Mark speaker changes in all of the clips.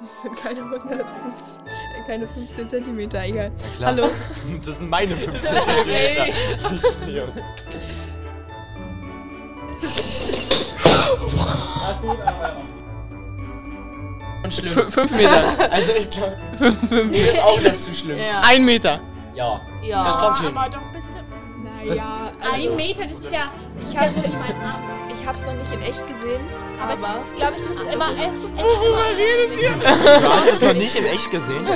Speaker 1: Das sind keine 150, äh, keine 15 Zentimeter, egal.
Speaker 2: Na klar.
Speaker 1: Hallo.
Speaker 3: Äh,
Speaker 2: Das sind meine 15 Zentimeter. Jungs.
Speaker 3: Schon schlimm.
Speaker 4: Fün- Fünf Meter.
Speaker 3: Also ich glaube,
Speaker 4: Fünf, fünf.
Speaker 3: mir ist auch noch zu schlimm.
Speaker 5: Ja.
Speaker 4: Ein Meter.
Speaker 3: Ja.
Speaker 5: ja.
Speaker 3: Das kommt hin.
Speaker 5: Aber doch ein bisschen.
Speaker 1: Naja,
Speaker 6: Ein
Speaker 1: also,
Speaker 6: Meter, das ist ja. Das ist
Speaker 1: Ich
Speaker 6: ja
Speaker 1: hab's-
Speaker 6: so wie mein Arm.
Speaker 1: ich hab's noch nicht in echt gesehen,
Speaker 6: Aber, es ist, glaube ich, es ist
Speaker 1: Aber
Speaker 6: immer.
Speaker 1: es
Speaker 6: Es
Speaker 1: ist-
Speaker 6: ist immer redet ihr?
Speaker 2: Du hast es noch nicht in echt gesehen?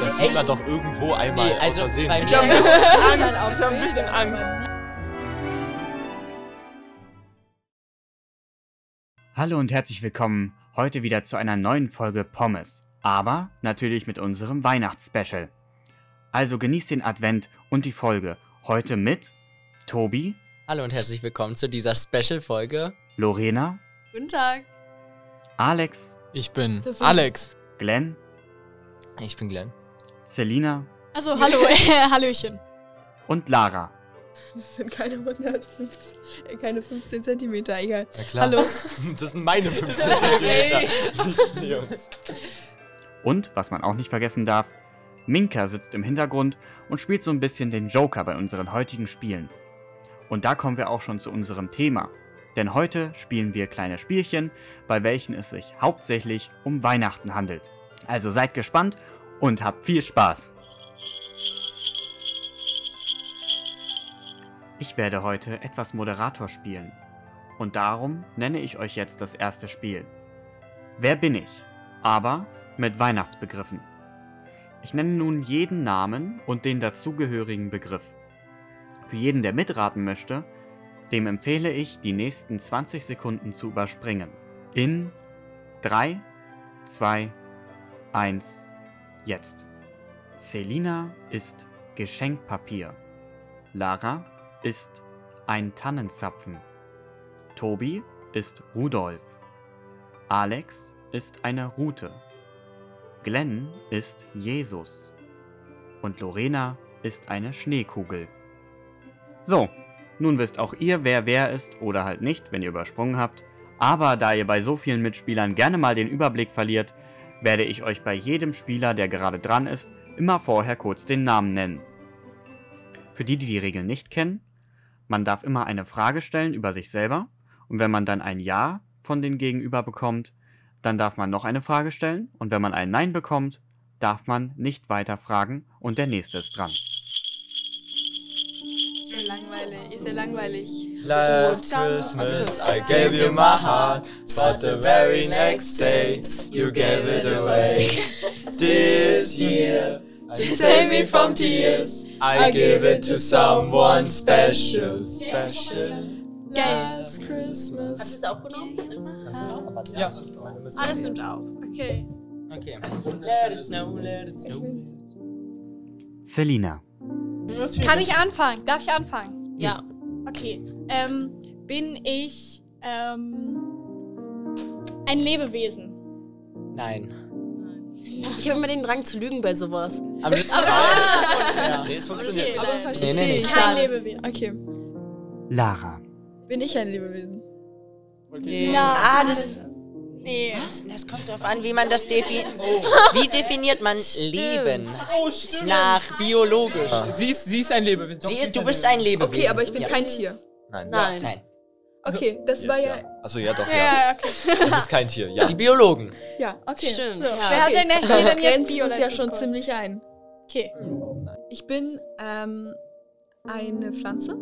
Speaker 2: Das sieht
Speaker 3: Echt?
Speaker 2: man doch irgendwo einmal
Speaker 3: Nee, also
Speaker 2: außer Sehen.
Speaker 3: bei
Speaker 4: Ich hab ein
Speaker 3: mir,
Speaker 4: bisschen
Speaker 1: Bildern auf
Speaker 4: Angst. Ich hab ein bisschen
Speaker 1: Bildern,
Speaker 4: Angst.
Speaker 7: Hallo und herzlich willkommen heute wieder zu einer neuen Folge Pommes, aber natürlich mit unserem Weihnachtsspecial. Also genießt den Advent und die Folge heute mit Tobi,
Speaker 3: Hallo und herzlich willkommen zu dieser Special-Folge.
Speaker 7: Lorena,
Speaker 5: Guten Tag.
Speaker 7: Alex,
Speaker 2: Ich bin.
Speaker 1: Das ist-
Speaker 3: Alex.
Speaker 7: Glenn,
Speaker 3: Ich bin Glenn.
Speaker 7: Selina
Speaker 5: Also, hallo.
Speaker 1: äh,
Speaker 5: Hallöchen.
Speaker 7: und Lara.
Speaker 1: das sind keine 150, äh, keine 15 Zentimeter, egal.
Speaker 2: Na klar.
Speaker 1: Hallo.
Speaker 2: Das sind meine 15 Zentimeter. Jungs.
Speaker 7: Und, was man auch nicht vergessen darf, Minka sitzt im Hintergrund und spielt so ein bisschen den Joker bei unseren heutigen Spielen. Und da kommen wir auch schon zu unserem Thema. Denn heute spielen wir kleine Spielchen, bei welchen es sich hauptsächlich um Weihnachten handelt. Also seid gespannt und habt viel Spaß! Ich werde heute etwas Moderator spielen. Und darum nenne ich euch jetzt das erste Spiel. Wer bin ich? aber mit Weihnachtsbegriffen. Ich nenne nun jeden Namen und den dazugehörigen Begriff. Für jeden, der mitraten möchte, dem empfehle ich, die nächsten 20 Sekunden zu überspringen. In 3, 2, 1, jetzt. Selina ist Geschenkpapier. Lara ist ein Tannenzapfen. Tobi ist Rudolf. Alex ist eine Rute. Glenn ist Jesus. Und Lorena ist eine Schneekugel. So, nun wisst auch ihr, wer wer ist oder halt nicht, wenn ihr übersprungen habt. Aber da ihr bei so vielen Mitspielern gerne mal den Überblick verliert, werde ich euch bei jedem Spieler, der gerade dran ist, immer vorher kurz den Namen nennen. Für die, die die Regeln nicht kennen, man darf immer eine Frage stellen über sich selber und wenn man dann ein Ja von den Gegenüber bekommt, dann darf man noch eine Frage stellen und wenn man ein Nein bekommt, darf man nicht weiter fragen und der nächste ist dran.
Speaker 1: Ist ja langweilig, ist ja langweilig.
Speaker 2: Last Christmas I gave you my heart, but the very next day you gave it away. This year, I
Speaker 1: Save me from tears,
Speaker 2: I give it to someone special, special.
Speaker 1: last
Speaker 5: Also,
Speaker 1: Christmas.
Speaker 6: Hast du es aufgenommen?
Speaker 3: Ja.
Speaker 6: Alles nimmt auf. Okay.
Speaker 3: Okay. Let it snow, let it snow.
Speaker 7: Selina,
Speaker 6: Kann ich anfangen? Darf ich anfangen?
Speaker 5: Ja.
Speaker 6: Okay. Ähm, bin ich ähm, ein Lebewesen?
Speaker 3: Nein.
Speaker 5: Ich habe immer den Drang zu lügen bei sowas.
Speaker 3: Aber das Aber
Speaker 2: Nee, es
Speaker 6: funktioniert.
Speaker 1: Aber verstehe
Speaker 3: Nee, nee,
Speaker 1: ich.
Speaker 3: nee.
Speaker 6: Kein
Speaker 5: Schade.
Speaker 6: Lebewesen.
Speaker 1: Okay,
Speaker 7: Lara,
Speaker 1: bin ich ein Lebewesen?
Speaker 5: Ah, das
Speaker 6: Nee.
Speaker 5: Das kommt drauf an, wie man das definiert. Wie definiert man
Speaker 3: Leben.
Speaker 5: Oh, stimmt.
Speaker 3: Nach biologisch.
Speaker 8: Sie ist, sie ist ein Lebewesen. Doch,
Speaker 3: Sie
Speaker 8: sie
Speaker 3: ist, du
Speaker 8: ein
Speaker 3: bist ein Lebewesen.
Speaker 1: Okay, aber ich bin
Speaker 3: ja.
Speaker 1: kein Tier.
Speaker 5: Nein.
Speaker 3: Nein.
Speaker 1: Okay, das war ja.
Speaker 2: Achso, ja doch,
Speaker 6: Ja, ja, okay.
Speaker 2: Du bist kein Tier, ja.
Speaker 3: Die Biologen.
Speaker 1: Ja, okay.
Speaker 5: Stimmt.
Speaker 6: So,
Speaker 5: ja.
Speaker 6: Wer hat
Speaker 1: Okay.
Speaker 6: denn der
Speaker 1: Das
Speaker 6: denn jetzt
Speaker 1: grenzt
Speaker 6: Bio?
Speaker 1: uns ja schon ziemlich ein.
Speaker 6: Okay.
Speaker 3: Hm.
Speaker 1: Ich bin ähm, eine Pflanze.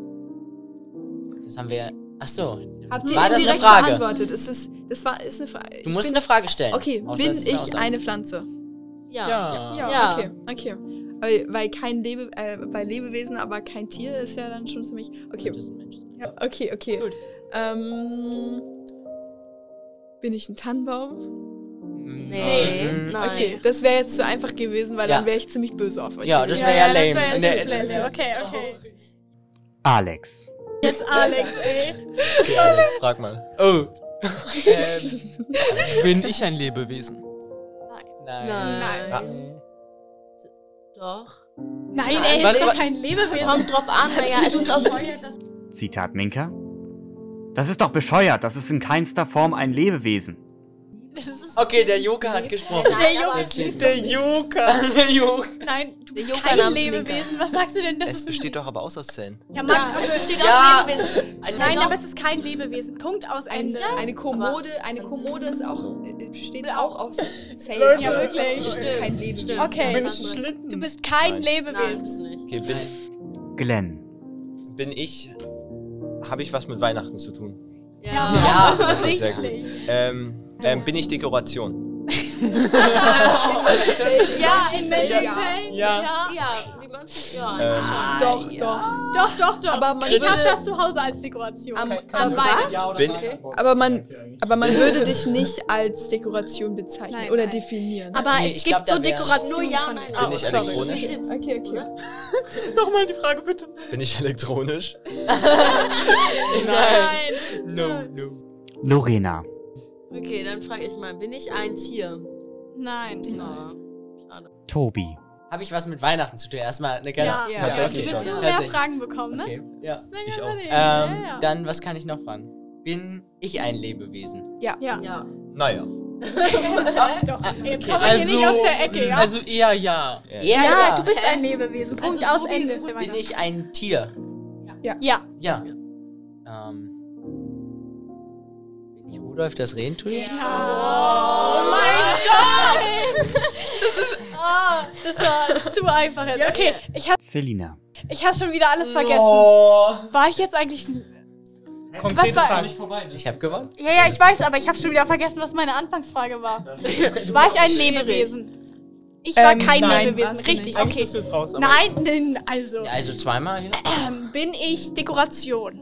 Speaker 3: Das haben wir. Ach so.
Speaker 1: Habt ihr
Speaker 3: war das eine
Speaker 1: indirekt
Speaker 3: Frage?
Speaker 1: beantwortet? Es ist, das war, ist eine Frage.
Speaker 3: Du musst
Speaker 1: ich
Speaker 3: eine
Speaker 1: bin,
Speaker 3: Frage stellen.
Speaker 1: Okay,
Speaker 3: Außer Ah.
Speaker 1: bin
Speaker 3: es ist eine
Speaker 1: ich
Speaker 3: Aussage.
Speaker 1: eine Pflanze?
Speaker 5: Ja.
Speaker 8: Ja.
Speaker 6: Ja.
Speaker 5: Ja.
Speaker 1: Okay, okay. Weil, weil kein Lebe, äh, bei Lebewesen, aber kein Tier ist ja dann schon ziemlich. Okay,
Speaker 3: Das ist ein Mensch.
Speaker 1: okay, okay.
Speaker 3: Gut.
Speaker 1: Ähm, bin ich ein Tannenbaum?
Speaker 5: Nee.
Speaker 3: Mhm.
Speaker 5: Nein.
Speaker 1: Okay, das wäre jetzt zu einfach gewesen, weil dann
Speaker 3: Ja.
Speaker 1: wäre ich ziemlich böse auf euch.
Speaker 3: Ja, das
Speaker 1: gewesen.
Speaker 3: wäre ja, lame.
Speaker 6: Das
Speaker 3: Nee,
Speaker 6: wär
Speaker 3: das
Speaker 6: jetzt lame. Okay, okay.
Speaker 7: Alex,
Speaker 6: Jetzt Alex, ey.
Speaker 2: Okay, Alex, frag mal.
Speaker 8: Oh. ähm, bin ich ein Lebewesen?
Speaker 3: Nein.
Speaker 5: Nein.
Speaker 3: Nein.
Speaker 5: Doch.
Speaker 6: Nein, ey,
Speaker 8: Warte,
Speaker 6: ist doch
Speaker 8: warte.
Speaker 6: kein Lebewesen.
Speaker 5: Kommt drauf an. Naja, es ist aus
Speaker 7: Zitat Minka. Das ist doch bescheuert, das ist in keinster Form ein Lebewesen.
Speaker 6: Das ist
Speaker 3: Okay, der Joker hat gesprochen.
Speaker 6: der
Speaker 5: aber
Speaker 6: Junge.
Speaker 5: es lebt
Speaker 6: Der Joker.
Speaker 3: der Joker.
Speaker 6: Nein, du bist
Speaker 5: Joker
Speaker 6: kein
Speaker 5: namens
Speaker 6: Lebewesen. Was sagst du denn? Das
Speaker 2: Es
Speaker 6: ist ein-
Speaker 2: besteht doch aber aus aus Zellen.
Speaker 6: Ja, Mann, also
Speaker 5: Es genau besteht
Speaker 3: Ja.
Speaker 5: aus Lebewesen.
Speaker 6: Nein, aber es ist kein Lebewesen. Punkt aus
Speaker 1: Ein,
Speaker 6: Ende.
Speaker 1: eine Kommode, eine Kommode ist auch, äh, steht auch aus Zellen.
Speaker 6: Leute,
Speaker 1: aber
Speaker 6: wirklich.
Speaker 1: trotzdem ist es kein Leben.
Speaker 5: Stimmt.
Speaker 6: Okay.
Speaker 5: Bin ich ein
Speaker 6: Du bist kein
Speaker 2: Nein.
Speaker 5: Nein,
Speaker 6: Lebewesen.
Speaker 5: bist du nicht.
Speaker 2: Okay, bin,
Speaker 7: Glenn,
Speaker 2: bin ich. Habe ich was mit Weihnachten zu tun?
Speaker 3: Ja.
Speaker 2: Sehr gut. Ähm, ähm, bin ich Dekoration?
Speaker 6: Ja, in
Speaker 1: Fällen,
Speaker 6: welchen
Speaker 1: ja.
Speaker 6: Fällen?
Speaker 8: Ja.
Speaker 5: Ja, wie bei uns. Ja,
Speaker 2: Ähm,
Speaker 1: Doch, doch.
Speaker 6: Doch, doch, doch.
Speaker 1: Aber man
Speaker 6: ich hab
Speaker 1: würde-
Speaker 6: das zu Hause als Dekoration.
Speaker 1: Am-
Speaker 6: am Weihnachten.
Speaker 8: Ja oder
Speaker 2: Bin-
Speaker 8: nein?
Speaker 1: Aber man, aber man würde dich nicht als Dekoration bezeichnen
Speaker 6: Nein,
Speaker 1: oder
Speaker 6: nein.
Speaker 1: definieren.
Speaker 6: Aber
Speaker 3: Nee,
Speaker 6: es
Speaker 3: ich
Speaker 6: gibt
Speaker 3: glaub, da
Speaker 6: so
Speaker 3: wär's.
Speaker 6: Dekorationen.
Speaker 5: Nur ja,
Speaker 6: von-
Speaker 5: nein,
Speaker 6: Oh,
Speaker 5: nein.
Speaker 2: Bin ich
Speaker 6: sorry.
Speaker 2: elektronisch?
Speaker 1: Okay, okay.
Speaker 8: Nochmal die Frage bitte.
Speaker 2: Bin ich elektronisch?
Speaker 6: Nein.
Speaker 3: No, no.
Speaker 7: Lorena,
Speaker 5: Okay, dann frage ich mal, bin ich ein Tier?
Speaker 6: Nein.
Speaker 5: Ja.
Speaker 7: Tobi,
Speaker 3: Habe ich was mit Weihnachten zu tun? Erstmal eine ganz.
Speaker 6: Ja.
Speaker 1: Ja.
Speaker 2: Tatsächlich
Speaker 6: Du
Speaker 2: schon.
Speaker 6: wirst so mehr
Speaker 3: Tatsächlich.
Speaker 6: Fragen bekommen, ne?
Speaker 3: Okay. Ja.
Speaker 2: Ich auch.
Speaker 3: Ähm,
Speaker 6: ja, ja.
Speaker 3: Dann, was kann ich noch fragen? Bin ich ein Lebewesen?
Speaker 6: ja.
Speaker 5: Ja.
Speaker 2: Naja.
Speaker 6: Doch. Jetzt kommen wir hier nicht aus der Ecke, ja?
Speaker 8: Also eher ja.
Speaker 6: ja,
Speaker 2: Ja.
Speaker 3: ja.
Speaker 6: du bist ein Lebewesen. Punkt
Speaker 5: Also,
Speaker 6: aus
Speaker 5: Tobi,
Speaker 6: Ende.
Speaker 5: bin
Speaker 6: Silvana.
Speaker 3: Bin ich ein Tier?
Speaker 6: Ja.
Speaker 3: Ja. Ähm, bin ich Rudolf das Rentier?
Speaker 6: Oh mein Gott! Das ist. Oh, das war zu einfach jetzt. Okay, ich hab,
Speaker 7: Selina,
Speaker 6: ich hab schon wieder alles vergessen. War ich jetzt eigentlich. ein- Was
Speaker 8: Konkret
Speaker 6: war-
Speaker 8: war ich vorbei. Ne?
Speaker 3: Ich habe gewonnen.
Speaker 6: Ja, ja, ich weiß, aber ich hab schon wieder vergessen, was meine Anfangsfrage war. War ich ein Lebewesen? Ich war
Speaker 1: Ähm,
Speaker 6: kein
Speaker 1: nein,
Speaker 6: Lebewesen,
Speaker 1: warst du
Speaker 6: richtig,
Speaker 1: nicht.
Speaker 8: Eigentlich
Speaker 6: okay.
Speaker 8: bist du jetzt raus. aber-
Speaker 6: Nein, nein, also.
Speaker 3: Ja, also zweimal hier.
Speaker 6: Ähm, bin ich Dekoration?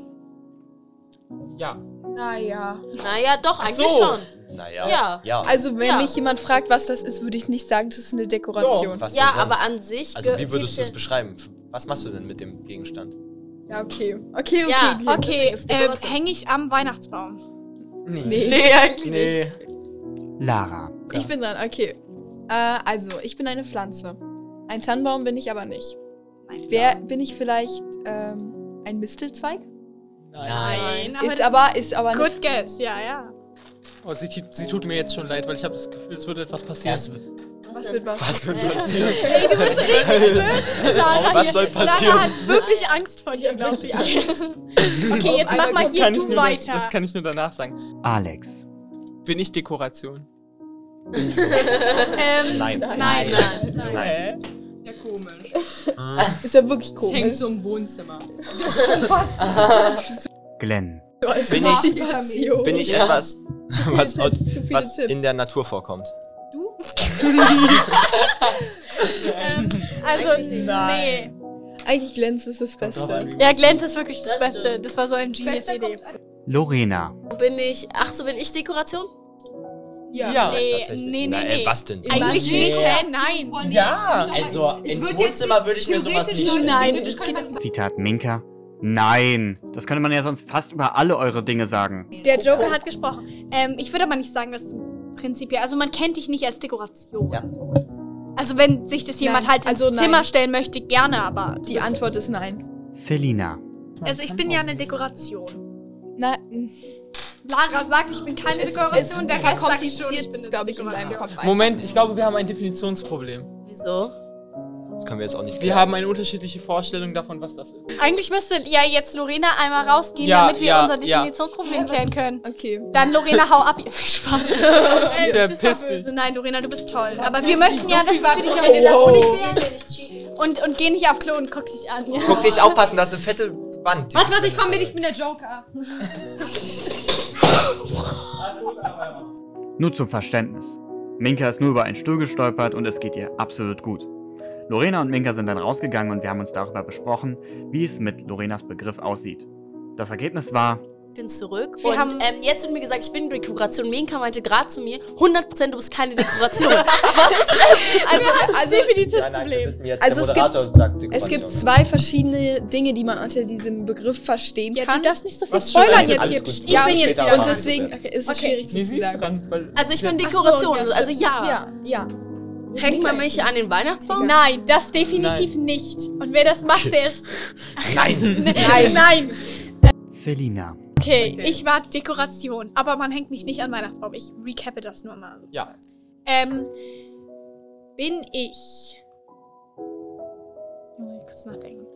Speaker 8: Ja.
Speaker 1: Ah, Naja.
Speaker 5: Naja, doch, eigentlich
Speaker 8: so.
Speaker 5: schon.
Speaker 2: Naja.
Speaker 5: Ja.
Speaker 2: ja.
Speaker 1: Also, wenn
Speaker 5: Ja.
Speaker 1: mich jemand fragt, was das ist, würde ich nicht sagen, das ist eine Dekoration.
Speaker 2: Was
Speaker 5: Ja,
Speaker 2: denn sonst?
Speaker 5: aber an sich.
Speaker 2: Also
Speaker 5: gehört-
Speaker 2: wie würdest du es
Speaker 5: zählt
Speaker 2: beschreiben? Was machst du denn mit dem Gegenstand?
Speaker 1: Ja, okay. Okay, okay.
Speaker 5: Ja,
Speaker 1: okay.
Speaker 6: Okay,
Speaker 5: ist
Speaker 6: ähm,
Speaker 5: Dekoration.
Speaker 6: hänge ich am Weihnachtsbaum?
Speaker 3: Nee.
Speaker 1: Nee.
Speaker 5: Nee, eigentlich nicht.
Speaker 3: Nee.
Speaker 7: Lara,
Speaker 1: Ich bin dran, okay. Äh, also, ich bin eine Pflanze. Ein Tannenbaum bin ich aber nicht. Wer bin ich vielleicht ähm, ein Mistelzweig?
Speaker 3: Nein.
Speaker 6: aber
Speaker 1: ist
Speaker 6: das-
Speaker 1: aber ist aber eine-
Speaker 6: Good guess, ja, ja.
Speaker 8: Oh, sie, tut- sie tut mir jetzt schon leid, weil ich habe das Gefühl, es würde etwas passieren.
Speaker 3: Erst,
Speaker 1: was wird was?
Speaker 2: Was könnte passieren?
Speaker 6: Ey, Äh, du bist richtig blöd. Sarah,
Speaker 2: Was
Speaker 6: hier.
Speaker 2: soll
Speaker 6: Sarah
Speaker 2: passieren?
Speaker 6: hat wirklich Angst vor dir, glaube ich. Okay, jetzt mach
Speaker 1: Also,
Speaker 6: mal
Speaker 1: das
Speaker 6: hier zu
Speaker 8: nur,
Speaker 6: weiter.
Speaker 8: Das kann ich nur danach sagen.
Speaker 7: Alex,
Speaker 8: Bin ich Dekoration?
Speaker 6: Ähm,
Speaker 2: Nein.
Speaker 6: nein,
Speaker 5: Nein.
Speaker 8: Nein.
Speaker 4: Ja, komisch.
Speaker 1: Ist ja wirklich
Speaker 4: Es hängt
Speaker 1: komisch.
Speaker 4: so im Wohnzimmer.
Speaker 7: Glenn,
Speaker 2: Bin ich,
Speaker 1: Dekoration.
Speaker 2: bin ich etwas, was, aus,
Speaker 1: Tipps, zu viele
Speaker 2: was
Speaker 1: Tipps.
Speaker 2: in der Natur vorkommt?
Speaker 6: ähm, also, nee.
Speaker 1: Eigentlich glänzt ist das
Speaker 8: Doch,
Speaker 1: Beste.
Speaker 8: aber-
Speaker 6: Ja, Glänz ist wirklich
Speaker 5: Das
Speaker 6: das Beste.
Speaker 5: stimmt.
Speaker 6: Das war so ein Genius-Idee.
Speaker 7: Lorena,
Speaker 5: Bin ich. Ach so, bin ich Dekoration?
Speaker 1: Ja.
Speaker 8: Ja.
Speaker 6: Nee,
Speaker 2: Tatsächlich.
Speaker 6: nee, nee.
Speaker 2: Na, äh,
Speaker 6: nee.
Speaker 2: was denn? so?
Speaker 6: Eigentlich
Speaker 3: Nee.
Speaker 6: nicht, hä? Nein.
Speaker 8: Ja.
Speaker 3: also ins Wohnzimmer würde ich mir sowas nicht stellen.
Speaker 6: Nein, das geht
Speaker 7: Zitat Minka, nein, das könnte man ja sonst fast über alle eure Dinge sagen.
Speaker 6: Der Joker hat gesprochen. Ähm, ich würde aber nicht sagen, dass du prinzipiell. Also man kennt dich nicht als Dekoration.
Speaker 3: Ja.
Speaker 6: Also wenn sich das jemand
Speaker 1: Nein,
Speaker 6: halt ins
Speaker 1: also nein.
Speaker 6: Zimmer stellen möchte, gerne, aber. du
Speaker 1: Die
Speaker 6: bist-
Speaker 1: Antwort ist nein.
Speaker 7: Selina,
Speaker 6: Also ich bin ja eine Dekoration.
Speaker 1: Nein.
Speaker 6: Lara sagt, ich bin keine Dekoration, der Rest sagt schon, ich
Speaker 1: verkompliziert
Speaker 6: bin
Speaker 1: es,
Speaker 6: eine
Speaker 1: glaube ich, in deinem
Speaker 6: Dekoration.
Speaker 1: Kopf. ein.
Speaker 8: Moment, ich glaube, wir haben ein Definitionsproblem.
Speaker 5: Wieso?
Speaker 2: Das können wir jetzt auch nicht
Speaker 8: Wir
Speaker 2: klären.
Speaker 8: haben eine unterschiedliche Vorstellung davon, was das ist.
Speaker 6: Eigentlich müsste ja jetzt Lorena einmal rausgehen,
Speaker 8: Ja,
Speaker 6: damit wir
Speaker 8: ja,
Speaker 6: unser
Speaker 8: ja.
Speaker 6: Definitionsproblem klären können.
Speaker 1: Okay.
Speaker 6: Dann Lorena, hau ab. Spaß. Ey,
Speaker 8: Der
Speaker 6: du bist doch
Speaker 8: pisst dich.
Speaker 6: böse. Nein, Lorena, du bist toll. Aber wir möchten ja, dass es für dich
Speaker 5: Wenn wir das
Speaker 6: auch
Speaker 5: nicht klären, werde ich cheaten.
Speaker 6: und, und geh nicht auf Klo und guck dich an. Ja.
Speaker 2: Guck dich aufpassen, das ist eine fette Wand.
Speaker 4: Warte, warte, ich komm mit, ich bin der Joker.
Speaker 7: nur zum Verständnis. Minka ist nur über einen Stuhl gestolpert und es geht ihr absolut gut. Lorena und Minka sind dann rausgegangen und wir haben uns darüber besprochen, wie es mit Lorenas Begriff aussieht. Das Ergebnis war,
Speaker 5: Ich bin zurück.
Speaker 6: Wir
Speaker 5: und
Speaker 6: haben-
Speaker 5: ähm, jetzt wird mir gesagt, ich bin Dekoration. Minka meinte gerade zu mir, 100% du bist keine Dekoration. Was ist
Speaker 1: Also,
Speaker 6: Problem.
Speaker 1: Also es gibt- es gibt zwei verschiedene Dinge, die man unter diesem Begriff verstehen
Speaker 6: Ja,
Speaker 1: kann.
Speaker 6: du darfst nicht so viel
Speaker 8: Was schon
Speaker 6: spoilern
Speaker 8: eigentlich
Speaker 6: jetzt hier.
Speaker 2: alles gut.
Speaker 6: Ich
Speaker 1: ja,
Speaker 6: bin
Speaker 1: und-
Speaker 6: jetzt
Speaker 2: steht
Speaker 6: wieder.
Speaker 2: aber-
Speaker 1: und deswegen okay, ist es
Speaker 6: Okay.
Speaker 1: schwierig
Speaker 8: Nee,
Speaker 1: zu
Speaker 8: sie ist
Speaker 1: sagen.
Speaker 8: dran, weil
Speaker 5: also ich bin
Speaker 6: Ach so,
Speaker 5: Dekoration.
Speaker 6: ja, stimmt.
Speaker 5: also ja.
Speaker 1: Ja, ja.
Speaker 5: Hängt man mich an den Weihnachtsbaum?
Speaker 6: Nein, das definitiv nicht. Und wer das macht, der ist.
Speaker 2: Nein!
Speaker 6: Nein. Nein.
Speaker 7: Selina,
Speaker 6: Okay,
Speaker 4: Okay.
Speaker 6: ich war Dekoration, aber man hängt mich nicht an Weihnachtsbaum. Ich recappe das nur mal.
Speaker 8: Ja.
Speaker 6: Ähm, bin ich. Muss ich kurz nachdenken.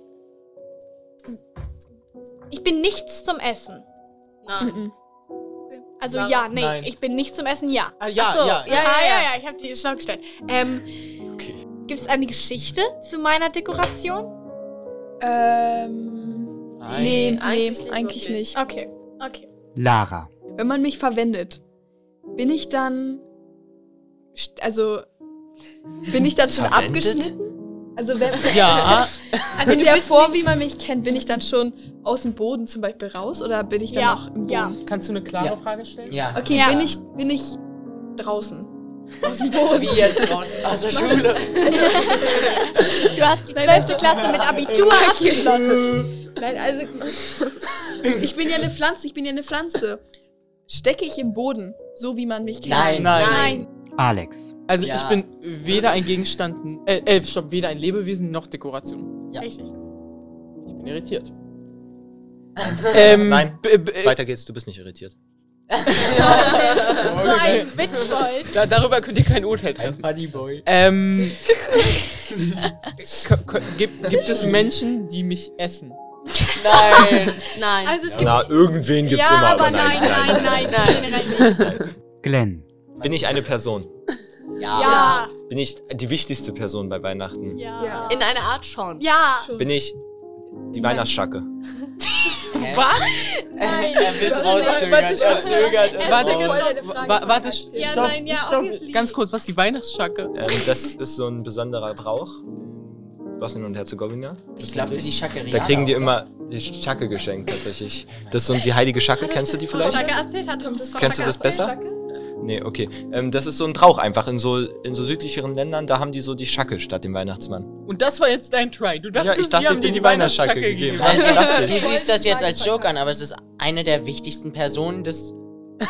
Speaker 6: Ich bin nichts zum Essen.
Speaker 5: Nein.
Speaker 6: Also
Speaker 5: Lara?
Speaker 6: ja, nee,
Speaker 8: Nein.
Speaker 6: ich bin nichts zum Essen, ja.
Speaker 8: Ah, ja,
Speaker 5: Ach so,
Speaker 8: ja,
Speaker 5: ja.
Speaker 6: ah, ja, ja, ich habe die schlau gestellt. Ähm,
Speaker 2: Okay.
Speaker 6: Gibt es eine Geschichte zu meiner Dekoration?
Speaker 1: Ähm.
Speaker 8: Nein.
Speaker 1: nee, nee,
Speaker 5: eigentlich nicht
Speaker 1: eigentlich
Speaker 5: wirklich.
Speaker 1: nicht.
Speaker 6: Okay, okay.
Speaker 7: Lara.
Speaker 1: Wenn man mich verwendet, bin ich dann. st- Also. Bin ich dann schon
Speaker 3: Verwendet?
Speaker 1: abgeschnitten? Also, wenn,
Speaker 8: Ja,
Speaker 1: also in der Form, wie man mich kennt, bin ich dann schon aus dem Boden zum Beispiel raus oder bin ich dann
Speaker 6: Ja,
Speaker 1: noch im Boden?
Speaker 6: ja.
Speaker 8: kannst du eine klare
Speaker 3: Ja.
Speaker 8: Frage stellen?
Speaker 3: Ja.
Speaker 1: Okay,
Speaker 6: Ja.
Speaker 1: bin ich bin ich draußen aus dem Boden?
Speaker 3: Wie jetzt draußen aus der Schule.
Speaker 1: Also,
Speaker 6: Du hast die 12. Klasse mit Abitur abgeschlossen.
Speaker 1: Nein, also ich bin ja eine Pflanze, ich bin ja eine Pflanze. Stecke ich im Boden, so wie man mich kennt?
Speaker 3: Nein.
Speaker 6: Nein.
Speaker 7: Alex.
Speaker 8: Also
Speaker 3: Ja.
Speaker 8: ich bin weder ein Gegenstand, äh, äh, stopp, weder ein Lebewesen noch Dekoration.
Speaker 3: Ja.
Speaker 6: Richtig.
Speaker 8: Ich bin irritiert. ähm,
Speaker 2: Nein.
Speaker 8: b- b- äh,
Speaker 2: Weiter geht's, du bist nicht irritiert.
Speaker 6: So ein Witzbold.
Speaker 8: da, darüber könnt ihr kein Urteil
Speaker 3: Ein
Speaker 8: treffen.
Speaker 3: Funny Boy.
Speaker 8: Ähm, ko- ko- gibt, gibt es Menschen, die mich essen?
Speaker 3: Nein.
Speaker 5: Nein.
Speaker 6: Also es gibt
Speaker 2: Na, irgendwen gibt's
Speaker 6: ja,
Speaker 2: immer,
Speaker 6: aber nein, nein, nein, nein. generell nicht.
Speaker 7: Glenn.
Speaker 2: Bin ich eine Person?
Speaker 3: Ja.
Speaker 6: Ja,
Speaker 2: Bin ich die wichtigste Person bei Weihnachten?
Speaker 6: ja.
Speaker 5: In einer Art schon.
Speaker 6: Ja,
Speaker 1: Schon.
Speaker 2: Bin ich die Weihnachtsschacke?
Speaker 8: Was?
Speaker 6: nein.
Speaker 3: Er will's rauszögern.
Speaker 8: Warte,
Speaker 3: Er zögert es
Speaker 8: Warte,
Speaker 3: raus.
Speaker 1: voll deine Frage.
Speaker 8: Wa- warte,
Speaker 1: Ja,
Speaker 8: stopp,
Speaker 6: nein, ja,
Speaker 8: stopp.
Speaker 6: obviously.
Speaker 8: Ganz kurz, was ist die Weihnachtsschacke?
Speaker 2: Ähm, das ist so ein besonderer Brauch in Bosnien und Herzegowina.
Speaker 3: Ich glaube, die Schackeria.
Speaker 2: Da kriegen die immer die Schacke geschenkt, tatsächlich. Das ist so die heilige Schacke, kennst du die vielleicht?
Speaker 6: Schacke erzählt hat uns das von
Speaker 2: Kennst du
Speaker 6: Schacke
Speaker 2: das besser? Nee, okay. Ähm, das ist so ein Brauch einfach. In so, in so südlicheren Ländern, da haben die so die Schacke statt dem Weihnachtsmann.
Speaker 8: Und das war jetzt dein Try. Du dachtest,
Speaker 2: Ja, ich dachte,
Speaker 8: die haben
Speaker 2: dir
Speaker 8: dir
Speaker 2: die Weihnachtsschacke gegeben.
Speaker 3: Also,
Speaker 2: Was
Speaker 3: du siehst das jetzt als Joke an, aber es ist eine der wichtigsten Personen des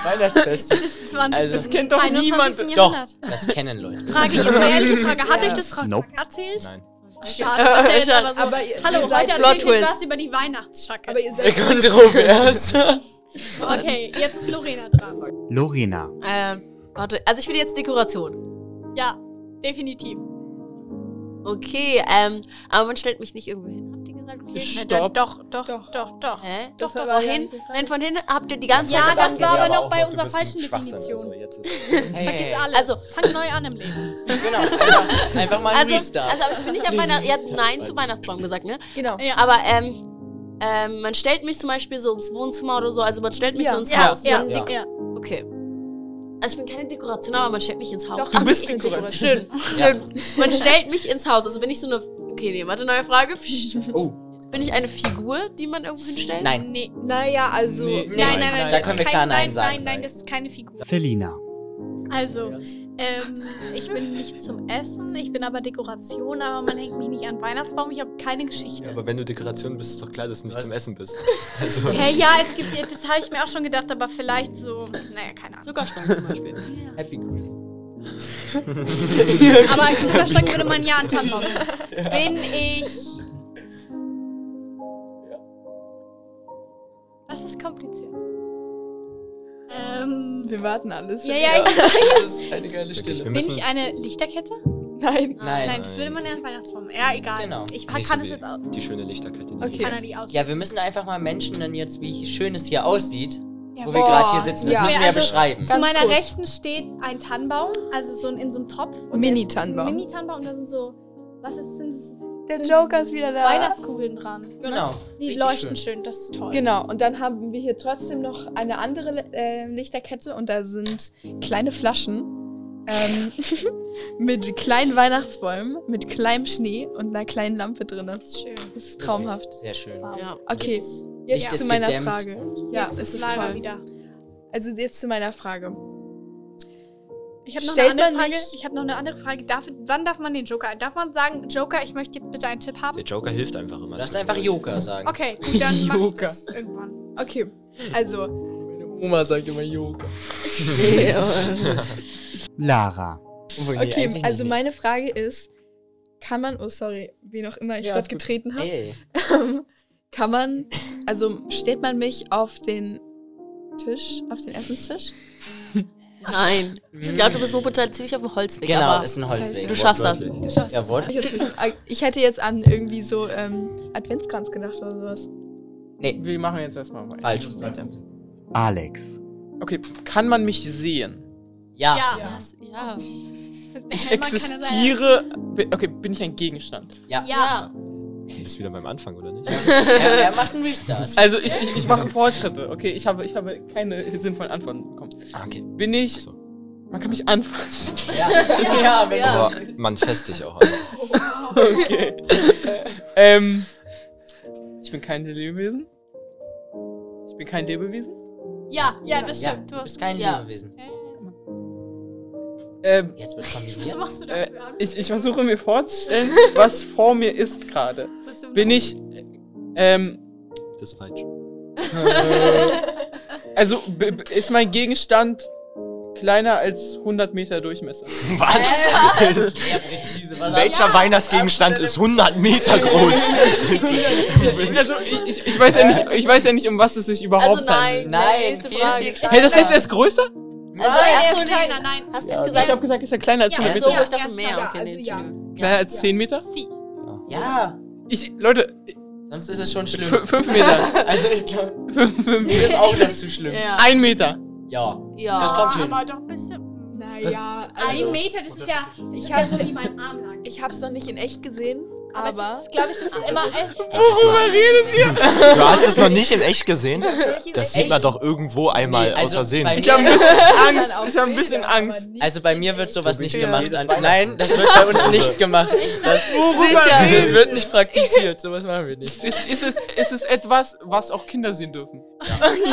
Speaker 3: Weihnachtsfestes.
Speaker 6: erzählt. 20.
Speaker 3: Also, das
Speaker 8: kennt doch
Speaker 6: 21.
Speaker 8: niemand.
Speaker 6: Jahrhundert.
Speaker 3: Das kennen Leute.
Speaker 6: Frage, jetzt mal ehrliche Frage. Hat euch das Frau
Speaker 7: Nope.
Speaker 6: erzählt?
Speaker 2: Nein.
Speaker 6: Schade, dass er jetzt
Speaker 5: Schade.
Speaker 6: aber so.
Speaker 1: Aber ihr,
Speaker 6: Hallo,
Speaker 1: ihr
Speaker 6: heute
Speaker 1: seid
Speaker 6: erzählt
Speaker 5: Plot
Speaker 6: ihr was
Speaker 5: Twist.
Speaker 6: über die Weihnachtsschacke.
Speaker 1: aber ihr seid
Speaker 3: Kontrovers.
Speaker 6: Okay, jetzt ist Lorena dran.
Speaker 7: Lorena.
Speaker 5: Ähm, warte, also ich bin jetzt Dekoration.
Speaker 6: Ja, definitiv.
Speaker 5: Okay, ähm, aber man stellt mich nicht irgendwo hin. Habt ihr gesagt, okay?
Speaker 8: Stopp.
Speaker 6: Doch, doch, doch, doch. doch.
Speaker 5: Hä?
Speaker 1: Das
Speaker 5: Doch,
Speaker 1: war
Speaker 5: doch,
Speaker 1: aber
Speaker 5: wohin?
Speaker 1: gar nicht die
Speaker 5: Nein, von hinten habt ihr die ganze
Speaker 6: Ja,
Speaker 5: Zeit
Speaker 6: das
Speaker 5: davon
Speaker 6: war aber
Speaker 5: geredet.
Speaker 6: noch bei unserer falschen Definition.
Speaker 2: Also jetzt ist
Speaker 6: Vergiss
Speaker 3: Hey,
Speaker 6: alles.
Speaker 5: Also-
Speaker 6: fang neu an im Leben.
Speaker 3: genau. Einfach, einfach mal ein
Speaker 5: also,
Speaker 3: Restart.
Speaker 5: also, aber ich bin nicht an meiner. Ihr habt Nein zu Weihnachtsbaum gesagt, ne?
Speaker 1: Genau.
Speaker 6: Ja.
Speaker 5: Aber, ähm, ähm, man stellt mich zum Beispiel so ins Wohnzimmer oder so. Also, man stellt mich
Speaker 1: Ja.
Speaker 5: so ins
Speaker 6: Ja,
Speaker 5: Haus.
Speaker 6: ja,
Speaker 5: Man
Speaker 6: ja.
Speaker 5: dek- Okay. Also, ich bin keine Dekoration, aber man stellt mich ins Haus.
Speaker 1: Doch,
Speaker 5: Ach,
Speaker 1: du bist
Speaker 5: ich-
Speaker 1: Dekoration.
Speaker 5: Schön, schön. Man stellt mich ins Haus. Also, bin ich so eine. Okay, nee, warte, neue Frage.
Speaker 3: Oh.
Speaker 5: Bin ich eine Figur, die man irgendwo hinstellt?
Speaker 3: Nein.
Speaker 6: Nee.
Speaker 1: Naja, also
Speaker 8: Nee.
Speaker 6: Nein, nein, nein.
Speaker 3: Da können wir
Speaker 6: kein-
Speaker 3: klar Nein
Speaker 6: nein,
Speaker 3: sagen.
Speaker 6: Nein, nein, das ist keine Figur.
Speaker 7: Selina.
Speaker 6: Also, ähm, ich bin nicht zum Essen, ich bin aber Dekoration, aber man hängt mich nicht an den Weihnachtsbaum, ich habe keine Geschichte.
Speaker 2: Aber wenn du Dekoration bist, ist doch klar, dass du nicht
Speaker 3: Was?
Speaker 2: zum Essen bist. Also,
Speaker 6: Hä, ja, es gibt, ja- das habe ich mir auch schon gedacht, aber vielleicht so, naja, keine Ahnung.
Speaker 5: Zuckerstangen zum Beispiel.
Speaker 3: Happy Cruise.
Speaker 6: Aber als Zuckerschlag würde man ja an Tannenbaum. Bin ich. Das ist kompliziert. Ähm.
Speaker 1: wir warten alles.
Speaker 6: Ja, ja, ich,
Speaker 3: Das ist eine geile
Speaker 2: wirklich, wir
Speaker 6: bin
Speaker 2: müssen
Speaker 6: ich eine Lichterkette?
Speaker 1: Nein.
Speaker 3: Nein.
Speaker 6: Nein, das würde man ja an Weihnachtsbaum. Ja, egal.
Speaker 3: Genau.
Speaker 6: Ich
Speaker 2: Nicht
Speaker 6: kann
Speaker 2: so
Speaker 6: es
Speaker 2: wie
Speaker 6: jetzt auch.
Speaker 2: die schöne Lichterkette. die
Speaker 1: Okay.
Speaker 6: Kann er die aus.
Speaker 3: Ja, wir müssen einfach mal Menschen dann jetzt, wie schön es hier aussieht,
Speaker 6: Ja,
Speaker 3: wo wir
Speaker 1: boah.
Speaker 3: gerade hier sitzen, das
Speaker 1: Ja.
Speaker 3: müssen wir ja
Speaker 6: Also-
Speaker 3: beschreiben.
Speaker 6: Zu
Speaker 1: Ganz
Speaker 6: meiner
Speaker 1: kurz.
Speaker 6: Rechten steht ein Tannenbaum, also so ein, in so einem Topf. und der
Speaker 1: Mini-Tannenbaum.
Speaker 6: ist ein Mini-Tannenbaum und da sind so, was ist, sind
Speaker 1: Der
Speaker 6: sind
Speaker 1: Joker ist wieder da.
Speaker 6: Weihnachtskugeln dran.
Speaker 3: Genau.
Speaker 6: Die
Speaker 3: Richtig
Speaker 6: leuchten schön. das ist toll.
Speaker 1: Genau, und dann haben wir hier trotzdem noch eine andere äh, Lichterkette und da sind kleine Flaschen ähm, mit kleinen Weihnachtsbäumen, mit kleinem Schnee und einer kleinen Lampe drin.
Speaker 6: Das ist schön.
Speaker 1: Das ist traumhaft.
Speaker 3: Sehr schön.
Speaker 6: Wow.
Speaker 5: Ja.
Speaker 1: Okay,
Speaker 3: Ist- Licht
Speaker 1: jetzt
Speaker 3: ist
Speaker 1: zu meiner
Speaker 3: gedämmt.
Speaker 1: Frage. Ja,
Speaker 6: Jetzt
Speaker 1: es
Speaker 6: ist
Speaker 1: ist
Speaker 6: Lara
Speaker 1: toll.
Speaker 6: wieder.
Speaker 1: Also jetzt zu meiner Frage.
Speaker 6: Ich habe noch,
Speaker 1: Stellt
Speaker 6: eine andere
Speaker 1: man
Speaker 6: Frage.
Speaker 1: mich-
Speaker 6: Ich hab noch eine andere Frage. Darf, wann darf man den Joker ein? Darf man sagen, Joker, ich möchte jetzt bitte einen Tipp haben?
Speaker 2: Der Joker hilft einfach immer.
Speaker 3: Du darfst einfach
Speaker 2: zwischendurch.
Speaker 3: Joker sagen.
Speaker 6: Okay, gut, dann mach ich
Speaker 8: Joker.
Speaker 6: das irgendwann.
Speaker 1: Okay, also
Speaker 8: Meine Oma sagt immer Yoga.
Speaker 7: Lara.
Speaker 3: Obwohl, nee,
Speaker 1: okay,
Speaker 3: eigentlich
Speaker 1: also
Speaker 3: nicht.
Speaker 1: meine Frage ist, kann man, oh sorry, wen auch immer ich
Speaker 8: Ja,
Speaker 1: dort
Speaker 8: ist gut.
Speaker 1: getreten habe,
Speaker 3: Ey,
Speaker 1: kann man Also stellt man mich auf den Tisch, auf den Essenstisch?
Speaker 5: Nein. Ich glaube, du bist momentan ziemlich auf dem Holzweg.
Speaker 3: Mm. Genau,
Speaker 5: aber
Speaker 3: ist ein Holzweg.
Speaker 5: Du schaffst das.
Speaker 2: Wortwörtlich.
Speaker 3: Ja, Wort?
Speaker 1: Ich, hab's ein bisschen- ah, ich hätte jetzt an irgendwie so ähm, Adventskranz gedacht oder sowas.
Speaker 3: Nee,
Speaker 8: Wir machen jetzt erstmal weiter.
Speaker 3: falsch.
Speaker 7: Alex.
Speaker 8: Okay, kann man mich sehen?
Speaker 3: Ja.
Speaker 5: Ja. was? Ja.
Speaker 8: Ich
Speaker 6: Nein, man kann ja sagen-
Speaker 8: existiere. Bi- Okay, bin ich ein Gegenstand?
Speaker 3: Ja.
Speaker 5: Ja.
Speaker 2: Du bist wieder beim Anfang, oder nicht?
Speaker 3: Er, er macht einen Restart.
Speaker 8: Also ich, ich, ich mache Fortschritte. Okay, ich habe, ich habe keine sinnvollen Antworten bekommen.
Speaker 2: Ah, okay.
Speaker 8: Bin ich.
Speaker 2: Ach so.
Speaker 8: Man kann mich anfassen.
Speaker 3: Ja, genau. ja, wenn
Speaker 5: Ja.
Speaker 2: Aber man fässt dich auch an.
Speaker 8: Okay. ähm. Ich bin kein Lebewesen. Ich bin kein Lebewesen.
Speaker 5: Ja.
Speaker 6: Ja, das
Speaker 3: Ja,
Speaker 6: stimmt.
Speaker 3: du
Speaker 6: du
Speaker 3: bist
Speaker 6: hast.
Speaker 3: kein
Speaker 5: Ja.
Speaker 3: Lebewesen.
Speaker 8: Ähm,
Speaker 3: Jetzt wird
Speaker 6: Was
Speaker 3: kombiniert.
Speaker 6: machst du
Speaker 8: äh,
Speaker 6: dafür an?
Speaker 8: ich, ich versuche mir vorzustellen, was vor mir ist gerade.
Speaker 6: Bist du-
Speaker 8: Bin ich. äh, Ähm.
Speaker 2: Das ist falsch.
Speaker 8: Also b- b- ist mein Gegenstand kleiner als 100 Meter Durchmesser.
Speaker 2: Was?
Speaker 3: Sehr präzise. Was
Speaker 2: Welcher Weihnachtsgegenstand ist 100 Meter groß?
Speaker 8: Also ich, ich, ich weiß ja nicht, ich weiß ja nicht, um was es sich überhaupt
Speaker 5: Also nein.
Speaker 8: handelt.
Speaker 3: Nein,
Speaker 5: Nächste
Speaker 3: viel,
Speaker 5: Frage.
Speaker 3: viel
Speaker 8: Hey, das heißt, er ist größer?
Speaker 5: Also,
Speaker 6: Nein,
Speaker 5: er
Speaker 6: er
Speaker 5: ist
Speaker 6: ist kleiner, nein.
Speaker 5: Hast du nicht
Speaker 8: Ich habe
Speaker 5: gesagt?
Speaker 8: gesagt, ist er kleiner als
Speaker 6: Ja,
Speaker 8: 100
Speaker 5: Ach so,
Speaker 8: Meter?
Speaker 5: ich dachte
Speaker 6: erstmal
Speaker 5: mehr.
Speaker 1: ja,
Speaker 5: Okay,
Speaker 1: also
Speaker 5: nee,
Speaker 1: ja.
Speaker 5: Entschuldigung.
Speaker 8: Kleiner als 10 Meter?
Speaker 6: Sie.
Speaker 3: Ja,
Speaker 8: Ich, Leute,
Speaker 3: sonst ist es schon schlimm.
Speaker 8: 5 Meter.
Speaker 3: Also ich glaube,
Speaker 8: Fünf- fünf-
Speaker 3: mir ist auch noch zu schlimm.
Speaker 5: Ja.
Speaker 8: Ein Meter.
Speaker 3: Ja.
Speaker 5: Ja.
Speaker 3: Das kommt hin.
Speaker 6: Aber doch ein bisschen.
Speaker 8: Ah,
Speaker 1: Naja,
Speaker 6: Ein
Speaker 1: also,
Speaker 6: Meter, das ist ja.
Speaker 1: Ich
Speaker 6: Ich
Speaker 1: hab's-
Speaker 6: habe so wie mein Arm lag.
Speaker 1: ich hab's noch nicht in echt gesehen,
Speaker 6: Aber,
Speaker 1: aber.
Speaker 6: es ist, glaube ich, es ist immer. äh,
Speaker 2: Worüber redet ihr? Du hast es noch nicht in echt gesehen? Das sieht man doch irgendwo einmal
Speaker 3: Nee, also
Speaker 2: außer Sehen.
Speaker 3: bei
Speaker 8: Ich habe ein bisschen Angst. Ich habe ein bisschen Angst.
Speaker 3: Also bei mir wird sowas nicht
Speaker 2: Ja.
Speaker 3: gemacht.
Speaker 2: Jedes
Speaker 3: An,
Speaker 2: Weihnachten.
Speaker 3: nein, das wird bei
Speaker 8: Also
Speaker 3: uns nicht gemacht. Das,
Speaker 8: Worüber
Speaker 3: das
Speaker 8: redet
Speaker 3: wird nicht praktiziert. Sowas machen wir nicht.
Speaker 8: ist, ist, es, ist es etwas, was auch Kinder sehen dürfen?
Speaker 2: Die sehen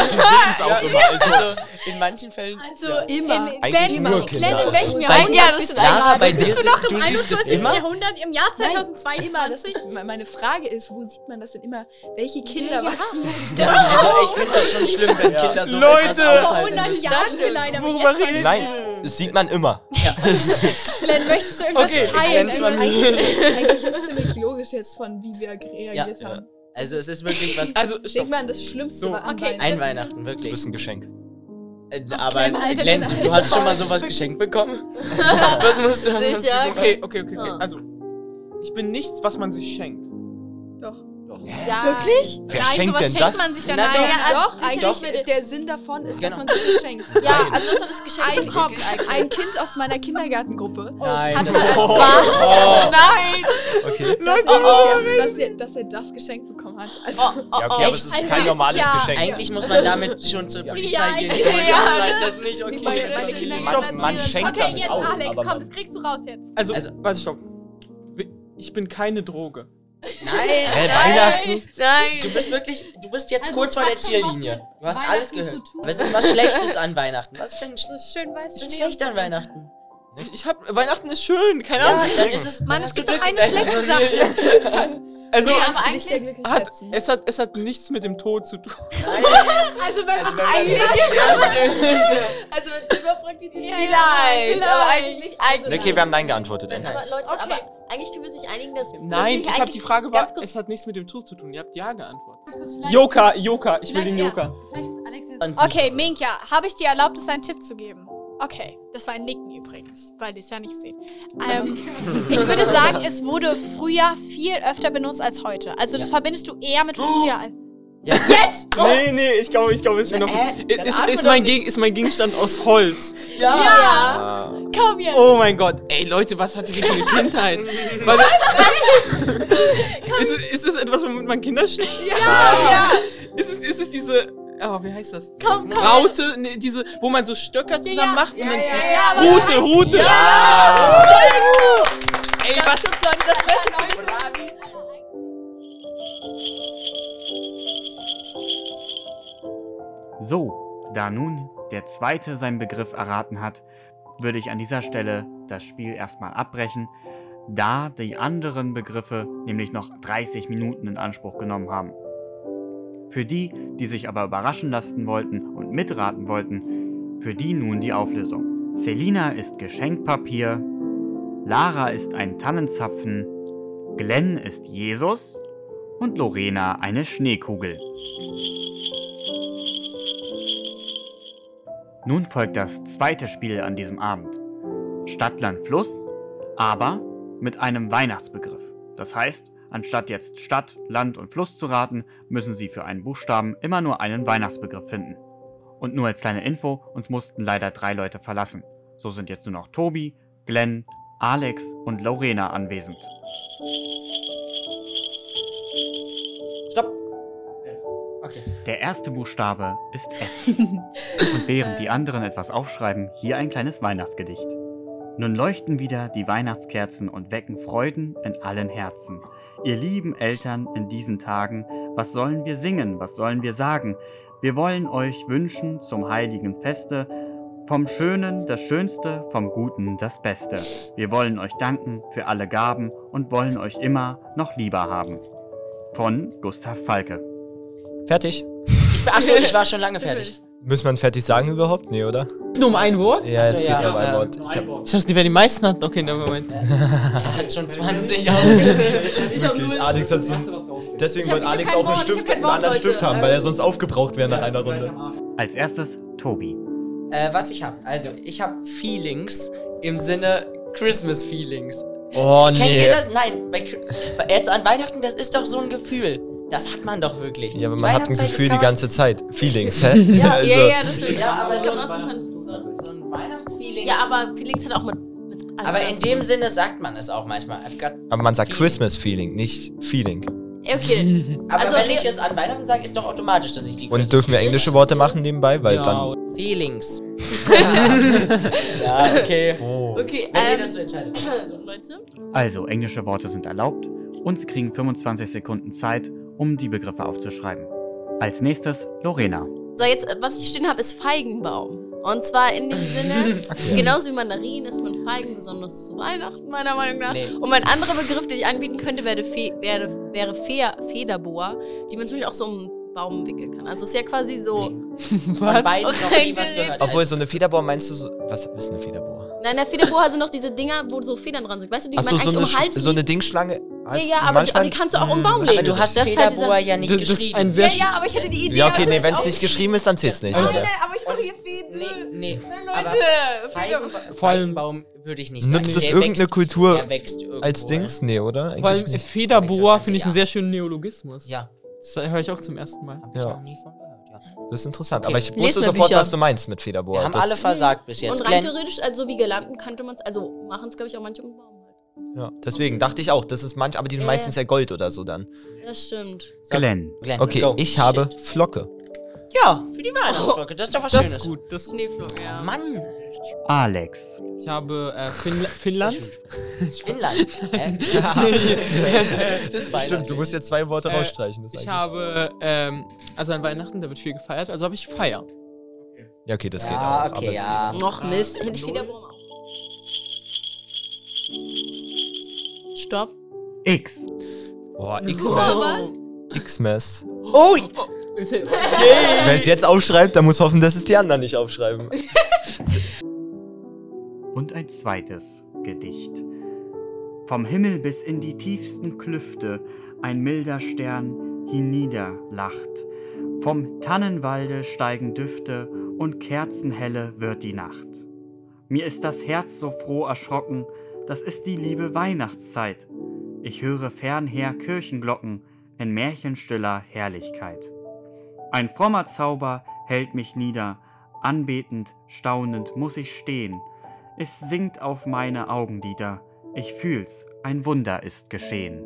Speaker 2: es auch immer. Also,
Speaker 3: Also in manchen Fällen.
Speaker 6: Also,
Speaker 1: Immer.
Speaker 6: In,
Speaker 2: Eigentlich
Speaker 6: Glenn,
Speaker 2: nur
Speaker 6: Glenn,
Speaker 2: Kinder.
Speaker 6: in welchem Jahr?
Speaker 3: Bei-
Speaker 5: Ja,
Speaker 6: Ein Jahr
Speaker 5: das stimmt.
Speaker 3: Lara,
Speaker 5: einmal.
Speaker 3: bei dir,
Speaker 6: Bist du noch
Speaker 3: du
Speaker 6: im
Speaker 3: siehst es
Speaker 6: 21.
Speaker 3: immer.
Speaker 6: Jahrhundert, im Jahr
Speaker 1: Nein,
Speaker 6: 2022?
Speaker 1: Immer, das ist, me- meine Frage ist, wo sieht man das denn immer? Welche
Speaker 6: Ja,
Speaker 1: Kinder
Speaker 6: ja.
Speaker 1: wachsen?
Speaker 3: Also ich finde das schon schlimm, wenn Kinder so
Speaker 8: Leute!
Speaker 3: etwas
Speaker 6: vor
Speaker 3: aushalten
Speaker 6: 100
Speaker 3: müssen.
Speaker 6: Jahren vielleicht. aber
Speaker 8: Worüber
Speaker 6: jetzt-
Speaker 8: redet
Speaker 2: nein, das sieht man immer.
Speaker 6: Glenn, möchtest du irgendwas
Speaker 8: Okay,
Speaker 6: teilen?
Speaker 3: Glenn's Familie.
Speaker 1: Eigentlich ist, eigentlich ist es ziemlich logisch jetzt von wie wir reagiert
Speaker 2: Ja.
Speaker 1: haben.
Speaker 3: Also es ist wirklich was.
Speaker 8: Also,
Speaker 1: Denkt
Speaker 8: stopp.
Speaker 1: man an das Schlimmste
Speaker 8: So.
Speaker 1: war an
Speaker 6: Okay.
Speaker 1: Weihnachten.
Speaker 3: Ein Weihnachten,
Speaker 2: Du
Speaker 3: wirklich.
Speaker 2: bist ein Geschenk.
Speaker 3: Äh, Aber
Speaker 6: Glenn, Alter,
Speaker 3: Glenn,
Speaker 6: Glenn,
Speaker 3: du hast schon mal sowas geschenkt bekommen? Was musst du
Speaker 5: Sicher?
Speaker 3: hast du-
Speaker 8: Okay, okay, okay, okay.
Speaker 5: Ah.
Speaker 8: Also, ich bin nichts, was man sich schenkt.
Speaker 1: Doch.
Speaker 5: Ja.
Speaker 6: Wirklich?
Speaker 2: Wer
Speaker 6: Nein,
Speaker 2: schenkt
Speaker 6: sowas
Speaker 2: denn
Speaker 6: schenkt
Speaker 2: das?
Speaker 6: man sich dann.
Speaker 3: Na
Speaker 6: Nein,
Speaker 3: doch,
Speaker 6: ja,
Speaker 1: Doch,
Speaker 6: also-
Speaker 1: eigentlich
Speaker 5: will-
Speaker 1: der Sinn davon ist, dass
Speaker 3: Genau.
Speaker 1: man sich geschenkt.
Speaker 5: Ja, also das war das Geschenk
Speaker 1: Ein-
Speaker 5: bekommen.
Speaker 1: Ein Kind aus meiner Kindergartengruppe
Speaker 3: Nein.
Speaker 1: hat
Speaker 3: das-
Speaker 1: mal als
Speaker 3: Oh.
Speaker 1: Zwar,
Speaker 5: Nein!
Speaker 2: Okay.
Speaker 1: dass, er, dass, er, dass er das Geschenk bekommen hat. Also,
Speaker 5: Oh, oh,
Speaker 2: Ja,
Speaker 5: oh.
Speaker 2: okay, aber es ist
Speaker 6: Also
Speaker 2: kein
Speaker 6: dieses
Speaker 2: normales
Speaker 6: Jahr.
Speaker 2: Geschenk.
Speaker 3: Eigentlich muss man damit schon zur Polizei
Speaker 5: Ja,
Speaker 3: gehen.
Speaker 5: ja,
Speaker 3: Zum Beispiel,
Speaker 5: ja.
Speaker 3: Das ist das nicht
Speaker 1: nee, meine, meine
Speaker 3: okay.
Speaker 1: Kindergarten
Speaker 2: Man, man schenkt
Speaker 6: Okay,
Speaker 2: damit
Speaker 6: jetzt,
Speaker 2: aus.
Speaker 6: Alex,
Speaker 2: aber
Speaker 6: komm, das kriegst du raus jetzt.
Speaker 8: Also,
Speaker 3: Also-
Speaker 8: warte, stopp. Ich bin keine Droge.
Speaker 5: Nein!
Speaker 2: Hä,
Speaker 5: nein,
Speaker 2: Weihnachten?
Speaker 5: nein!
Speaker 3: Du bist wirklich, du bist jetzt
Speaker 4: Also,
Speaker 3: kurz
Speaker 4: es
Speaker 3: vor
Speaker 4: hat
Speaker 3: der
Speaker 4: schon was
Speaker 3: Ziellinie.
Speaker 4: mit
Speaker 3: Du hast alles
Speaker 4: Weihnachten
Speaker 3: gehört.
Speaker 4: zu tun.
Speaker 3: Aber es ist was Schlechtes an Weihnachten. Was ist denn sch
Speaker 6: Das ist schön, weißt
Speaker 3: so schlecht an Weihnachten?
Speaker 8: Ich, ich hab, Weihnachten ist schön, keine
Speaker 3: Ja,
Speaker 8: Ahnung.
Speaker 3: dann ist es.
Speaker 6: Mann,
Speaker 3: hast du
Speaker 6: es gibt doch
Speaker 3: Glück in
Speaker 6: eine
Speaker 3: deiner
Speaker 6: schlechte
Speaker 3: Familie.
Speaker 8: Also,
Speaker 5: Ja,
Speaker 1: kannst
Speaker 5: aber
Speaker 1: du dich sehr glücklich
Speaker 8: hat,
Speaker 1: schätzen.
Speaker 8: es, hat, es hat nichts mit dem Tod zu tun.
Speaker 6: Also, wenn
Speaker 3: Also,
Speaker 6: man
Speaker 3: wenn man-
Speaker 6: eigentlich.
Speaker 5: Also wenn es überfragt, wie sie
Speaker 6: Ja,
Speaker 5: vielleicht, aber eigentlich,
Speaker 2: Nee,
Speaker 5: eigentlich.
Speaker 2: Okay, wir haben Nein geantwortet.
Speaker 5: aber Leute,
Speaker 6: Okay.
Speaker 5: aber eigentlich können wir sich einigen, dass dass ich
Speaker 8: Nein, ich habe
Speaker 5: eigentlich-
Speaker 8: die Frage
Speaker 5: ganz
Speaker 8: war,
Speaker 5: kurz-
Speaker 8: es hat nichts mit dem Tod zu tun. Ihr habt Ja geantwortet.
Speaker 4: Vielleicht-
Speaker 8: Joka, Joka, ich will den
Speaker 6: Vielleicht,
Speaker 8: Joka.
Speaker 4: Vielleicht ist Alex jetzt.
Speaker 3: Sonst
Speaker 6: Okay, Minka, habe ich dir erlaubt, es einen Tipp zu geben? Okay, das war ein Nicken übrigens, weil die es ja nicht sehen. Ähm, ich würde sagen, es wurde früher viel öfter benutzt als heute. Also das
Speaker 3: Ja.
Speaker 6: verbindest du eher mit früher. als-
Speaker 3: Ja.
Speaker 6: Jetzt!
Speaker 8: Nee, nee, ich glaube, ich glaube, es bin
Speaker 3: Na,
Speaker 8: noch.
Speaker 3: äh, dann
Speaker 8: Ist,
Speaker 3: atme
Speaker 8: ist,
Speaker 3: doch
Speaker 8: mein
Speaker 3: nicht.
Speaker 8: Geg ist mein Gegenstand aus Holz.
Speaker 3: Ja!
Speaker 6: Komm jetzt!
Speaker 8: Oh mein Gott. Ey, Leute, was hattet ihr für eine Kindheit? Weil- ist, es, ist es etwas, womit man Kinder schlägt?
Speaker 6: Ja!
Speaker 8: Ist es, ist es diese. Oh, wie heißt das?
Speaker 6: Komm, komm!
Speaker 8: Raute, nee, diese, wo man so Stöcker zusammen macht und
Speaker 1: Ja,
Speaker 8: dann
Speaker 1: ja,
Speaker 8: zieht.
Speaker 1: ja, aber-
Speaker 8: Rute, Rute! Ey, was?
Speaker 5: Leute, das Beste zu wissen.
Speaker 7: So, da nun der zweite seinen Begriff erraten hat, würde ich an dieser Stelle das Spiel erstmal abbrechen, da die anderen Begriffe nämlich noch 30 Minuten in Anspruch genommen haben. Für die, die sich aber überraschen lassen wollten und mitraten wollten, für die nun die Auflösung. Selina ist Geschenkpapier, Lara ist ein Tannenzapfen, Glenn ist Jesus und Lorena eine Schneekugel. Nun folgt das zweite Spiel an diesem Abend. Stadt, Land, Fluss, aber mit einem Weihnachtsbegriff. Das heißt, anstatt jetzt Stadt, Land und Fluss zu raten, müssen Sie für einen Buchstaben immer nur einen Weihnachtsbegriff finden. Und nur als kleine Info, uns mussten leider drei Leute verlassen. So sind jetzt nur noch Tobi, Glenn, Alex und Lorena anwesend.
Speaker 3: Stopp. Okay.
Speaker 7: Der erste Buchstabe ist F. Und während die anderen etwas aufschreiben, hier ein kleines Weihnachtsgedicht. Nun leuchten wieder die Weihnachtskerzen und wecken Freuden in allen Herzen. Ihr lieben Eltern in diesen Tagen, was sollen wir singen, was sollen wir sagen? Wir wollen euch wünschen zum heiligen Feste, vom Schönen das Schönste, vom Guten das Beste. Wir wollen euch danken für alle Gaben und wollen euch immer noch lieber haben. Von Gustav Falke.
Speaker 2: Fertig.
Speaker 3: Ich, bin- ach so, ich war schon lange fertig.
Speaker 2: Muss man fertig sagen überhaupt? Nee, oder?
Speaker 8: Nur um ein Wort?
Speaker 2: Ja,
Speaker 3: Ach so,
Speaker 2: es geht
Speaker 3: ja,
Speaker 2: nur um ein
Speaker 3: ähm,
Speaker 2: Wort. Ich hab
Speaker 8: Ich dachte, wer die meisten hat. Okay, na, Moment.
Speaker 3: Er hat schon 20 aufgeschrieben.
Speaker 2: wirklich, Alex hat so Deswegen
Speaker 5: Ich hab-
Speaker 2: wollte
Speaker 5: ich hab
Speaker 2: Alex
Speaker 5: kein
Speaker 2: auch
Speaker 5: Wort,
Speaker 2: einen
Speaker 5: ich hab
Speaker 2: Stift,
Speaker 5: kein
Speaker 2: einen
Speaker 5: Wort,
Speaker 2: anderen
Speaker 5: Leute.
Speaker 2: Stift haben, weil er sonst aufgebraucht wäre nach einer Runde.
Speaker 7: Als erstes Tobi.
Speaker 3: Äh, was ich habe. Also, ich habe Feelings im Sinne Christmas Feelings.
Speaker 2: Oh
Speaker 3: Kennt
Speaker 2: nee.
Speaker 3: ihr das? Nein, bei, Chri- bei- jetzt an Weihnachten, das ist doch so ein Gefühl. Das hat man doch wirklich.
Speaker 2: Ja, aber man hat ein
Speaker 3: Weihnachtszeit, das
Speaker 2: Gefühl
Speaker 3: kann
Speaker 2: die
Speaker 3: man-
Speaker 2: ganze Zeit. Feelings, hä?
Speaker 3: Ja,
Speaker 2: also,
Speaker 5: ja, ja, das stimmt.
Speaker 3: Ja, aber
Speaker 5: Das
Speaker 3: so,
Speaker 5: kann man aus dem Kontext
Speaker 3: so,
Speaker 5: sagen.
Speaker 3: so ein Weihnachtsfeeling.
Speaker 5: Ja, aber Feelings hat auch mit. mit
Speaker 3: aber in dem Sinne sagt man es auch manchmal. I've got-
Speaker 2: Aber man sagt
Speaker 3: Feeling.
Speaker 2: Christmas Feeling, nicht Feeling.
Speaker 5: Okay.
Speaker 3: Aber
Speaker 5: Also,
Speaker 3: wenn
Speaker 5: wir-
Speaker 3: ich es an Weihnachten sage, ist doch automatisch, dass ich die
Speaker 2: Und
Speaker 3: Christmas-
Speaker 2: dürfen wir englische Worte machen nebenbei, weil dann.
Speaker 3: Feelings. ja, okay.
Speaker 5: Okay,
Speaker 3: Wenn ihr
Speaker 5: ähm,
Speaker 3: das so entscheidet.
Speaker 5: Leute.
Speaker 7: Also, englische Worte sind erlaubt und Sie kriegen 25 Sekunden Zeit, um die Begriffe aufzuschreiben. Als nächstes Lorena.
Speaker 5: So, jetzt, äh, was ich stehen habe, ist Feigenbaum. Und zwar in dem Sinne, genauso wie Mandarinen ist man Feigen besonders zu Weihnachten, meiner Meinung nach.
Speaker 3: Nee.
Speaker 5: Und mein anderer Begriff, den ich anbieten könnte, wäre, Fe wäre, wäre Fe Federboa, die man zum Beispiel auch so um Baum wickeln kann. Also ist ja quasi so.
Speaker 3: Von beiden noch nie was
Speaker 5: Okay.
Speaker 3: gehört.
Speaker 2: Obwohl, so eine Federbohr meinst du so. Was ist eine Federbohr?
Speaker 5: Nein, der Federboa sind doch diese Dinger, wo so Federn dran sind. Weißt du, die
Speaker 2: Achso,
Speaker 5: man
Speaker 2: so,
Speaker 5: eigentlich
Speaker 2: eine
Speaker 5: um den Hals
Speaker 2: Sch- so eine
Speaker 5: legt.
Speaker 2: Dingschlange.
Speaker 5: Ja, ja, aber die, aber die kannst du auch um den Baum legen.
Speaker 3: Hm. aber du hast
Speaker 5: das ist halt
Speaker 3: Federboa
Speaker 5: dieser,
Speaker 3: ja nicht
Speaker 8: Das, das ist
Speaker 3: geschrieben.
Speaker 8: ein sehr
Speaker 5: Ja, ja, aber ich hatte die Idee.
Speaker 2: Ja, okay,
Speaker 5: aber
Speaker 2: nee,
Speaker 5: das
Speaker 2: wenn es
Speaker 5: ist
Speaker 2: nicht
Speaker 5: auch-
Speaker 2: geschrieben ist, dann zählt's nicht.
Speaker 8: Also-
Speaker 2: oder?
Speaker 5: aber ich mache hier Fede.
Speaker 3: Nee, nee. aber
Speaker 5: Leute,
Speaker 3: Feigen,
Speaker 8: Vor allem-
Speaker 3: Feigenbaum würde ich nicht sagen.
Speaker 2: Nutzt es
Speaker 3: Der
Speaker 2: irgendeine
Speaker 3: wächst-
Speaker 2: Kultur
Speaker 3: der wächst irgendwo.
Speaker 2: als Dings? Nee, oder?
Speaker 8: Vor allem
Speaker 2: Eigentlich nicht.
Speaker 8: Federboa
Speaker 3: Nächstes
Speaker 8: finde ich einen
Speaker 3: Jahr.
Speaker 8: sehr schönen Neologismus.
Speaker 3: Ja,
Speaker 8: Das höre ich auch zum ersten Mal.
Speaker 3: hab ich
Speaker 2: Ja.
Speaker 3: noch nie von gehört. Ja.
Speaker 2: Das ist interessant.
Speaker 3: Okay.
Speaker 2: Aber ich
Speaker 5: Lest
Speaker 2: wusste
Speaker 5: mir
Speaker 2: sofort,
Speaker 5: Bücher.
Speaker 2: was du meinst mit Federbohr.
Speaker 3: Wir haben
Speaker 2: das,
Speaker 3: alle versagt bis jetzt.
Speaker 5: Und rein
Speaker 3: Glenn,
Speaker 5: theoretisch, also so wie Girlanden könnte man es, also machen es, glaube ich, auch manche um den Baum. halt.
Speaker 2: ja. Deswegen dachte ich auch, das ist manch, aber die sind
Speaker 5: Ja,
Speaker 2: meistens ja Gold oder so dann.
Speaker 5: Das stimmt.
Speaker 7: Glenn.
Speaker 3: Glenn,
Speaker 2: Okay,
Speaker 3: go.
Speaker 2: ich habe Flocke.
Speaker 3: Ja, für die Weihnachtsfolge. Das ist doch was
Speaker 8: Das ist
Speaker 3: Schönes.
Speaker 8: gut. Das ist gut.
Speaker 5: Schneeflocken, ja.
Speaker 3: Mann.
Speaker 7: Alex.
Speaker 8: Ich habe äh, Finla- Finnland.
Speaker 3: Finnland. Hä? das ist
Speaker 2: Stimmt, du musst jetzt zwei Worte
Speaker 8: Äh,
Speaker 2: rausstreichen. Das ist
Speaker 8: Ich
Speaker 2: eigentlich-
Speaker 8: habe, ähm, also an Weihnachten, da wird viel gefeiert, also habe ich Feier.
Speaker 2: Ja, okay, das geht
Speaker 3: Ja,
Speaker 2: auch. aber
Speaker 3: okay,
Speaker 2: es-
Speaker 3: ja.
Speaker 5: Noch Mist. Hätte ich wieder Wurm Stopp.
Speaker 2: Oh.
Speaker 7: X.
Speaker 2: Boah, X-Mess.
Speaker 5: Was?
Speaker 2: X-Mess.
Speaker 8: Oh!
Speaker 2: Wer es jetzt aufschreibt, der muss hoffen, dass es die anderen nicht aufschreiben.
Speaker 7: Und ein zweites Gedicht. Vom Himmel bis in die tiefsten Klüfte ein milder Stern hinniederlacht. Vom Tannenwalde steigen Düfte und kerzenhelle wird die Nacht. Mir ist das Herz so froh erschrocken, das ist die liebe Weihnachtszeit. Ich höre fernher Kirchenglocken in märchenstiller Herrlichkeit. Ein frommer Zauber hält mich nieder, anbetend, staunend muss ich stehen. Es sinkt auf meine Augenlider. Ich fühl's, ein Wunder ist geschehen.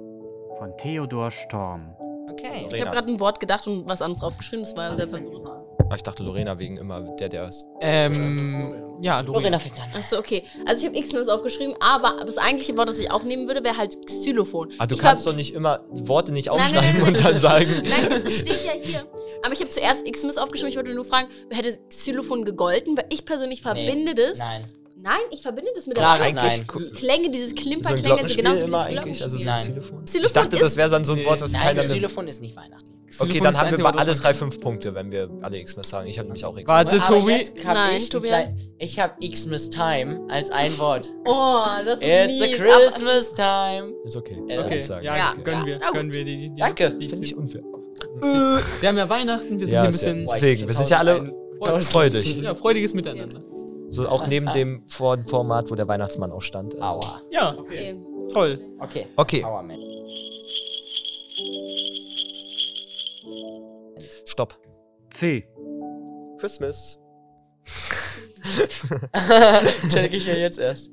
Speaker 7: Von Theodor Storm.
Speaker 3: Okay.
Speaker 5: Ich habe gerade ein Wort gedacht und was anderes aufgeschrieben. Das war sehr verwirrend.
Speaker 2: Ah, ich dachte Lorena wegen immer der, der ist.
Speaker 8: ähm, ja,
Speaker 3: Lorena
Speaker 8: Lorena.
Speaker 3: fängt an.
Speaker 5: Achso, okay. Also ich habe X-Nuss aufgeschrieben, aber das eigentliche Wort, das ich auch nehmen würde, wäre halt Xylophon.
Speaker 2: Ah, du
Speaker 5: ich
Speaker 2: kannst doch nicht immer Worte nicht
Speaker 5: Nein, nein,
Speaker 2: aufschreiben
Speaker 5: nein, nein.
Speaker 2: und dann sagen.
Speaker 5: Nein, das, das steht ja hier. Aber ich habe zuerst X-Miss aufgeschrieben. Ich wollte nur fragen, hätte Xylophon gegolten? Weil ich persönlich verbinde das.
Speaker 3: Nein.
Speaker 5: Nein, ich verbinde das mit
Speaker 3: Klares
Speaker 5: der
Speaker 3: Nein.
Speaker 2: gu-
Speaker 5: Klänge, dieses
Speaker 2: so ein
Speaker 5: Klimperklänge,
Speaker 2: Glockenspiel
Speaker 5: so genauso wie
Speaker 2: immer
Speaker 5: das
Speaker 2: eigentlich, also so ein
Speaker 3: Nein.
Speaker 2: Xylophon.
Speaker 5: Xylophon
Speaker 2: Ich dachte, das
Speaker 5: ist-
Speaker 2: wäre dann so ein
Speaker 8: Nee.
Speaker 2: Wort, das
Speaker 3: Nein,
Speaker 2: keiner
Speaker 3: das
Speaker 2: nimmt.
Speaker 3: Xylophon ist nicht weihnachtlich.
Speaker 2: Okay, dann haben wir mal alle drei fünf Punkte, wenn wir alle X-Miss sagen. Ich habe nämlich auch X.
Speaker 8: Warte,
Speaker 3: Aber
Speaker 8: Tobi.
Speaker 3: jetzt hab
Speaker 5: Nein,
Speaker 3: ich ein
Speaker 5: Tobian.
Speaker 3: klei- Ich habe Xmas Time als ein Wort.
Speaker 2: also
Speaker 5: Oh, das
Speaker 3: It's
Speaker 5: ist
Speaker 3: a
Speaker 5: mies.
Speaker 3: Christmas Time.
Speaker 2: Ist okay.
Speaker 3: Äh,
Speaker 2: Kann
Speaker 8: Okay,
Speaker 2: ich sagen.
Speaker 8: ja,
Speaker 5: Ja.
Speaker 2: okay.
Speaker 8: gönnen wir,
Speaker 5: Ja,
Speaker 8: gönnen wir die. die, die
Speaker 3: Danke.
Speaker 8: Die,
Speaker 2: Finde ich unfair.
Speaker 8: wir haben ja Weihnachten, wir sind
Speaker 2: Ja,
Speaker 8: hier ein
Speaker 2: ist ja-
Speaker 8: bisschen
Speaker 2: deswegen, wir sind ja alle
Speaker 8: Freudig.
Speaker 2: freudig.
Speaker 8: ja, freudiges Miteinander.
Speaker 2: So auch neben dem Vor Format, wo der Weihnachtsmann auch stand. Also.
Speaker 3: Aua.
Speaker 8: Ja,
Speaker 5: Okay.
Speaker 8: toll.
Speaker 3: Okay.
Speaker 2: Okay,
Speaker 3: Aua, man.
Speaker 2: stopp.
Speaker 7: C.
Speaker 2: Christmas.
Speaker 3: Check ich ja jetzt erst.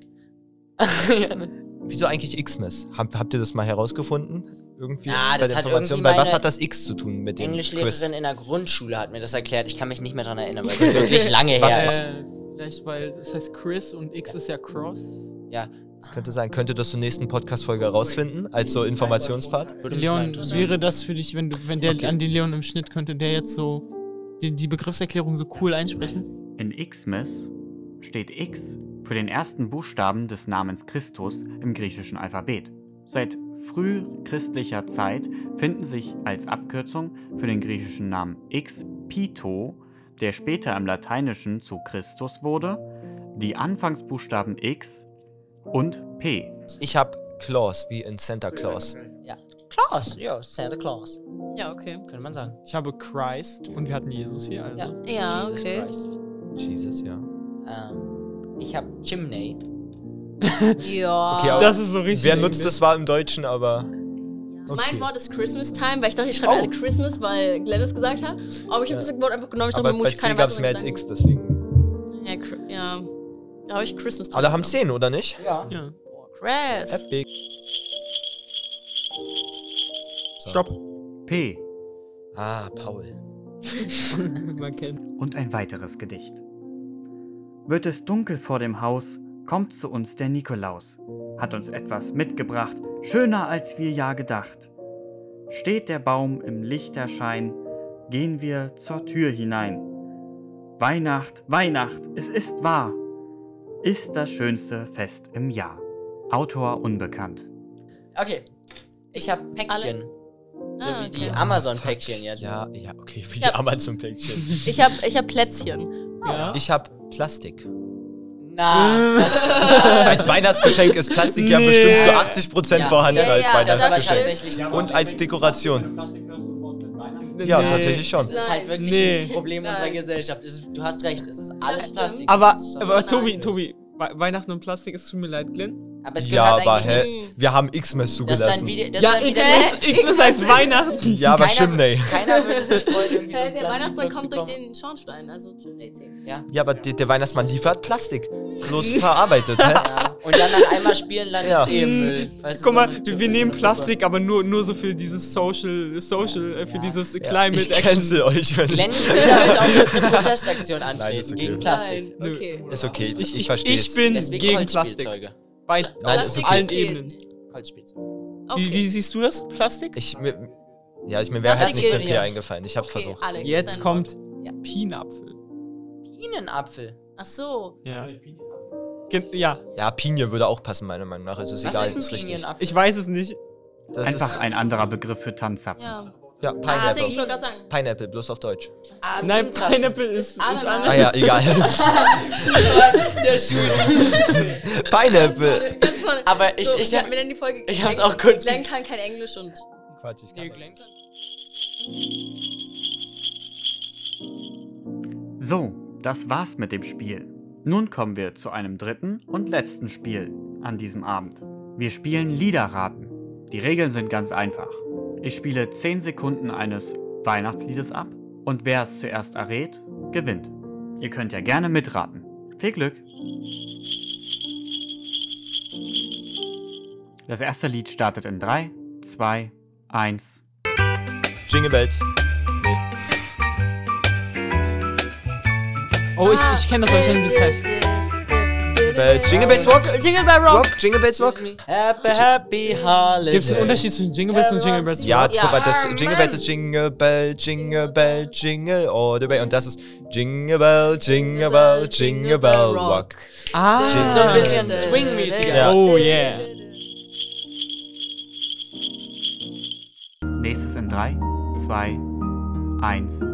Speaker 3: ja, ne.
Speaker 2: Wieso eigentlich Xmas? Hab, habt ihr das mal herausgefunden? Irgendwie
Speaker 3: Na,
Speaker 2: bei
Speaker 3: das
Speaker 2: der
Speaker 3: hat
Speaker 2: Information?
Speaker 3: irgendwie
Speaker 2: Weil was
Speaker 3: meine
Speaker 2: hat das X zu tun mit dem Quiz?
Speaker 3: Englischlehrerin in der Grundschule hat mir das erklärt. Ich kann mich nicht mehr dran erinnern, weil es wirklich lange her
Speaker 2: Was-
Speaker 3: ist.
Speaker 8: Äh, vielleicht, weil das heißt Chris und X ist ja Cross.
Speaker 2: Das könnte sein. Könnte das zur nächsten Podcast-Folge herausfinden, als so Informationspart?
Speaker 3: Würde mich mal
Speaker 8: Leon,
Speaker 3: interessieren.
Speaker 8: wäre das für dich, wenn, du, wenn der
Speaker 2: Okay.
Speaker 8: an den Leon im Schnitt könnte, der jetzt so die, die Begriffserklärung so cool einsprechen?
Speaker 7: In Xmas steht X für den ersten Buchstaben des Namens Christus im griechischen Alphabet. Seit frühchristlicher Zeit finden sich als Abkürzung für den griechischen Namen X Pito, der später im Lateinischen zu Christus wurde, die Anfangsbuchstaben X und P.
Speaker 2: Ich hab Claus, wie in Santa Claus.
Speaker 3: Klaus, ja, Santa Claus.
Speaker 5: Ja, okay.
Speaker 3: Könnte man sagen.
Speaker 8: Ich habe Christ und wir hatten Jesus hier. Also.
Speaker 3: Ja.
Speaker 5: Ja, Ah, okay.
Speaker 3: Christ.
Speaker 2: Jesus, ja.
Speaker 3: Ähm, ich habe Chimney.
Speaker 5: Ja.
Speaker 2: Okay, aber
Speaker 8: Das ist so richtig.
Speaker 2: wer nutzt
Speaker 8: ähnlich.
Speaker 2: das war im Deutschen, aber.
Speaker 5: Mein Wort ist Christmas Time, weil ich dachte, ich schreibe alle Christmas, weil Glenn es gesagt hat. Aber ich habe das Wort einfach genommen. Ich dachte,
Speaker 2: Aber
Speaker 5: man muss
Speaker 2: bei
Speaker 5: ich
Speaker 2: C
Speaker 5: keine
Speaker 2: gab es
Speaker 5: weiteren
Speaker 2: mehr als
Speaker 5: Gedanken-
Speaker 2: X, deswegen.
Speaker 5: Ja, Chr- ja. Da habe ich Christmas Time.
Speaker 2: Alle haben
Speaker 5: genommen.
Speaker 2: 10, oder nicht?
Speaker 3: Ja.
Speaker 8: Ja.
Speaker 5: Oh, Chris.
Speaker 2: Epic. So.
Speaker 8: Stopp.
Speaker 7: P.
Speaker 2: Ah, Paul.
Speaker 8: Man kennt.
Speaker 7: und ein weiteres Gedicht. Wird es dunkel vor dem Haus, kommt zu uns der Nikolaus, hat uns etwas mitgebracht, schöner als wir ja gedacht. Steht der Baum im Lichterschein, gehen wir zur Tür hinein. Weihnacht, Weihnacht, es ist wahr, ist das schönste Fest im Jahr. Autor unbekannt.
Speaker 3: Okay. Ich habe Päckchen. So
Speaker 5: Ah,
Speaker 3: wie die
Speaker 5: okay.
Speaker 3: Amazon-Päckchen jetzt.
Speaker 2: Ja, ja, okay, wie
Speaker 5: Ja.
Speaker 2: Amazon-Päckchen.
Speaker 5: Ich habe ich hab Plätzchen.
Speaker 8: Ja.
Speaker 2: Ich hab Plastik.
Speaker 3: Na,
Speaker 2: Als Weihnachtsgeschenk ist Plastik ja
Speaker 8: Nee.
Speaker 2: bestimmt zu 80%
Speaker 3: Ja.
Speaker 2: vorhanden
Speaker 5: Ja,
Speaker 2: als
Speaker 5: ja,
Speaker 3: das war
Speaker 5: Weihnachtsgeschenk.
Speaker 3: tatsächlich.
Speaker 2: Und als Dekoration. Ja,
Speaker 8: Nee.
Speaker 2: tatsächlich
Speaker 3: Das
Speaker 2: schon.
Speaker 3: ist halt wirklich
Speaker 8: Nee.
Speaker 3: ein Problem
Speaker 5: Nein.
Speaker 3: unserer Gesellschaft. Es, ist- du hast recht, es ist alles
Speaker 5: stimmt.
Speaker 3: Plastik.
Speaker 8: Aber,
Speaker 3: es ist schon-
Speaker 8: aber
Speaker 5: Nein.
Speaker 8: Tobi, Tobi, We Weihnachten und Plastik, es tut mir leid, Glenn.
Speaker 3: aber es
Speaker 2: Ja,
Speaker 3: gehört halt
Speaker 2: aber
Speaker 3: eigentlich nicht.
Speaker 2: hä? Wir haben
Speaker 3: Das
Speaker 2: X-Mess
Speaker 3: dann
Speaker 2: zugelassen.
Speaker 3: wieder. Das
Speaker 8: ja,
Speaker 3: dann wieder
Speaker 8: X-Miss X-Miss heißt Weihnachten.
Speaker 2: Ja, aber
Speaker 3: keiner,
Speaker 2: Chimney.
Speaker 3: keiner würde sich freuen, irgendwie so
Speaker 5: Äh,
Speaker 3: ein
Speaker 5: der Weihnachtsmann
Speaker 3: Plastikblock zu
Speaker 5: kommt durch
Speaker 3: bekommen.
Speaker 5: den Schornstein, also Chimney zählt.
Speaker 2: Ja, aber der, der Weihnachtsmann liefert Plastik. Bloß verarbeitet, hä?
Speaker 3: Ja. Und dann nach einmal spielen landet
Speaker 2: Ja.
Speaker 3: es eh im Müll. Weißt du, so
Speaker 8: Guck mal,
Speaker 3: eine
Speaker 8: wir,
Speaker 3: Tür-
Speaker 8: wir nehmen
Speaker 3: so eine
Speaker 8: Plastik, aber nur, nur so für dieses Social, Social äh, für
Speaker 3: Ja.
Speaker 8: dieses
Speaker 2: Ja,
Speaker 8: Climate
Speaker 2: ich
Speaker 8: Action.
Speaker 2: cancel euch, wenn
Speaker 3: Tür. Glenn will damit auch jetzt eine Protestaktion antreten
Speaker 2: ist okay.
Speaker 3: gegen Plastik.
Speaker 5: Nein,
Speaker 8: Nö.
Speaker 5: okay.
Speaker 2: Ist okay, ich, ich verstehe
Speaker 8: ich bin
Speaker 3: Deswegen
Speaker 8: gegen Plastik.
Speaker 3: Holzspielzeuge.
Speaker 8: Bei
Speaker 2: Nein,
Speaker 8: auf
Speaker 2: ist okay.
Speaker 8: allen
Speaker 5: Plastik
Speaker 8: Ebenen.
Speaker 3: Holzspielzeuge.
Speaker 5: Okay.
Speaker 8: Wie, wie siehst du das? Plastik?
Speaker 2: Ich, mir, ja, ich, mir wäre
Speaker 5: Ja,
Speaker 2: halt
Speaker 5: das
Speaker 2: nichts
Speaker 5: gilt
Speaker 2: mit
Speaker 3: jetzt.
Speaker 2: Bier eingefallen. Ich hab's
Speaker 5: Okay, ah.
Speaker 2: versucht.
Speaker 5: Alex,
Speaker 8: Jetzt
Speaker 5: dein
Speaker 8: kommt
Speaker 3: Ja.
Speaker 8: Pienapfel.
Speaker 3: Bienenapfel.
Speaker 5: Wort. Ach so.
Speaker 8: Ja. Gen- ja,
Speaker 2: Ja, Pinie würde auch passen, meiner Meinung nach. Es ist
Speaker 3: Was
Speaker 2: egal,
Speaker 3: ist ein
Speaker 2: ist richtig.
Speaker 3: Bienenapfel?
Speaker 8: ich weiß es nicht.
Speaker 2: Das
Speaker 7: Einfach
Speaker 2: ist,
Speaker 7: ein anderer Begriff für Tanzzapfen.
Speaker 5: Ja.
Speaker 2: ja,
Speaker 5: Ah, deswegen, ich
Speaker 2: Pineapple.
Speaker 5: wollte gerade sagen.
Speaker 2: Pineapple, bloß auf Deutsch.
Speaker 3: Ah,
Speaker 8: Nein,
Speaker 3: Bienenzapfen.
Speaker 8: Pineapple ist, ist
Speaker 5: Ananas.
Speaker 2: Ah
Speaker 8: anders.
Speaker 2: ja, egal.
Speaker 3: Der Schuh.
Speaker 2: Pineapple.
Speaker 5: Ganz vorne.
Speaker 3: Aber ich,
Speaker 5: so,
Speaker 3: ich,
Speaker 5: ich hab mir dann die Folge
Speaker 3: ich hab's auch kurz
Speaker 5: Glenn kann kein Englisch und.
Speaker 2: Quatsch, ich kann.
Speaker 7: So, das war's mit dem Spiel. Nun kommen wir zu einem dritten und letzten Spiel an diesem Abend. Wir spielen Liederraten. Die Regeln sind ganz einfach. Ich spiele 10 Sekunden eines Weihnachtsliedes ab und wer es zuerst errät, gewinnt. Ihr könnt ja gerne mitraten. Viel Glück! Das erste Lied startet in 3, 2, 1.
Speaker 2: Jingle Bells. Oh,
Speaker 8: Oh, ich, ich kenne das, aber ich kenne wie es heißt.
Speaker 2: Bell, Jingle Bells Rock.
Speaker 5: Jingle Bell Rock.
Speaker 2: Rock, Jingle Bells Rock.
Speaker 3: Happy, happy Holiday.
Speaker 8: Gibt es einen Unterschied zwischen Jingle Bells und Jingle Bells?
Speaker 2: Ja,
Speaker 8: Rock?
Speaker 2: guck mal, das Jingle Bells ist Jingle Bell, Jingle Bell, Jingle all the way. Und das ist Jingle Bell, Jingle Bell, Jingle Bell Rock.
Speaker 9: Ah,
Speaker 2: Jingle
Speaker 3: So ein
Speaker 2: Bells.
Speaker 3: bisschen swingmäßiger.
Speaker 2: Ja.
Speaker 8: Oh yeah.
Speaker 7: Nächstes in 3, 2, 1.
Speaker 8: So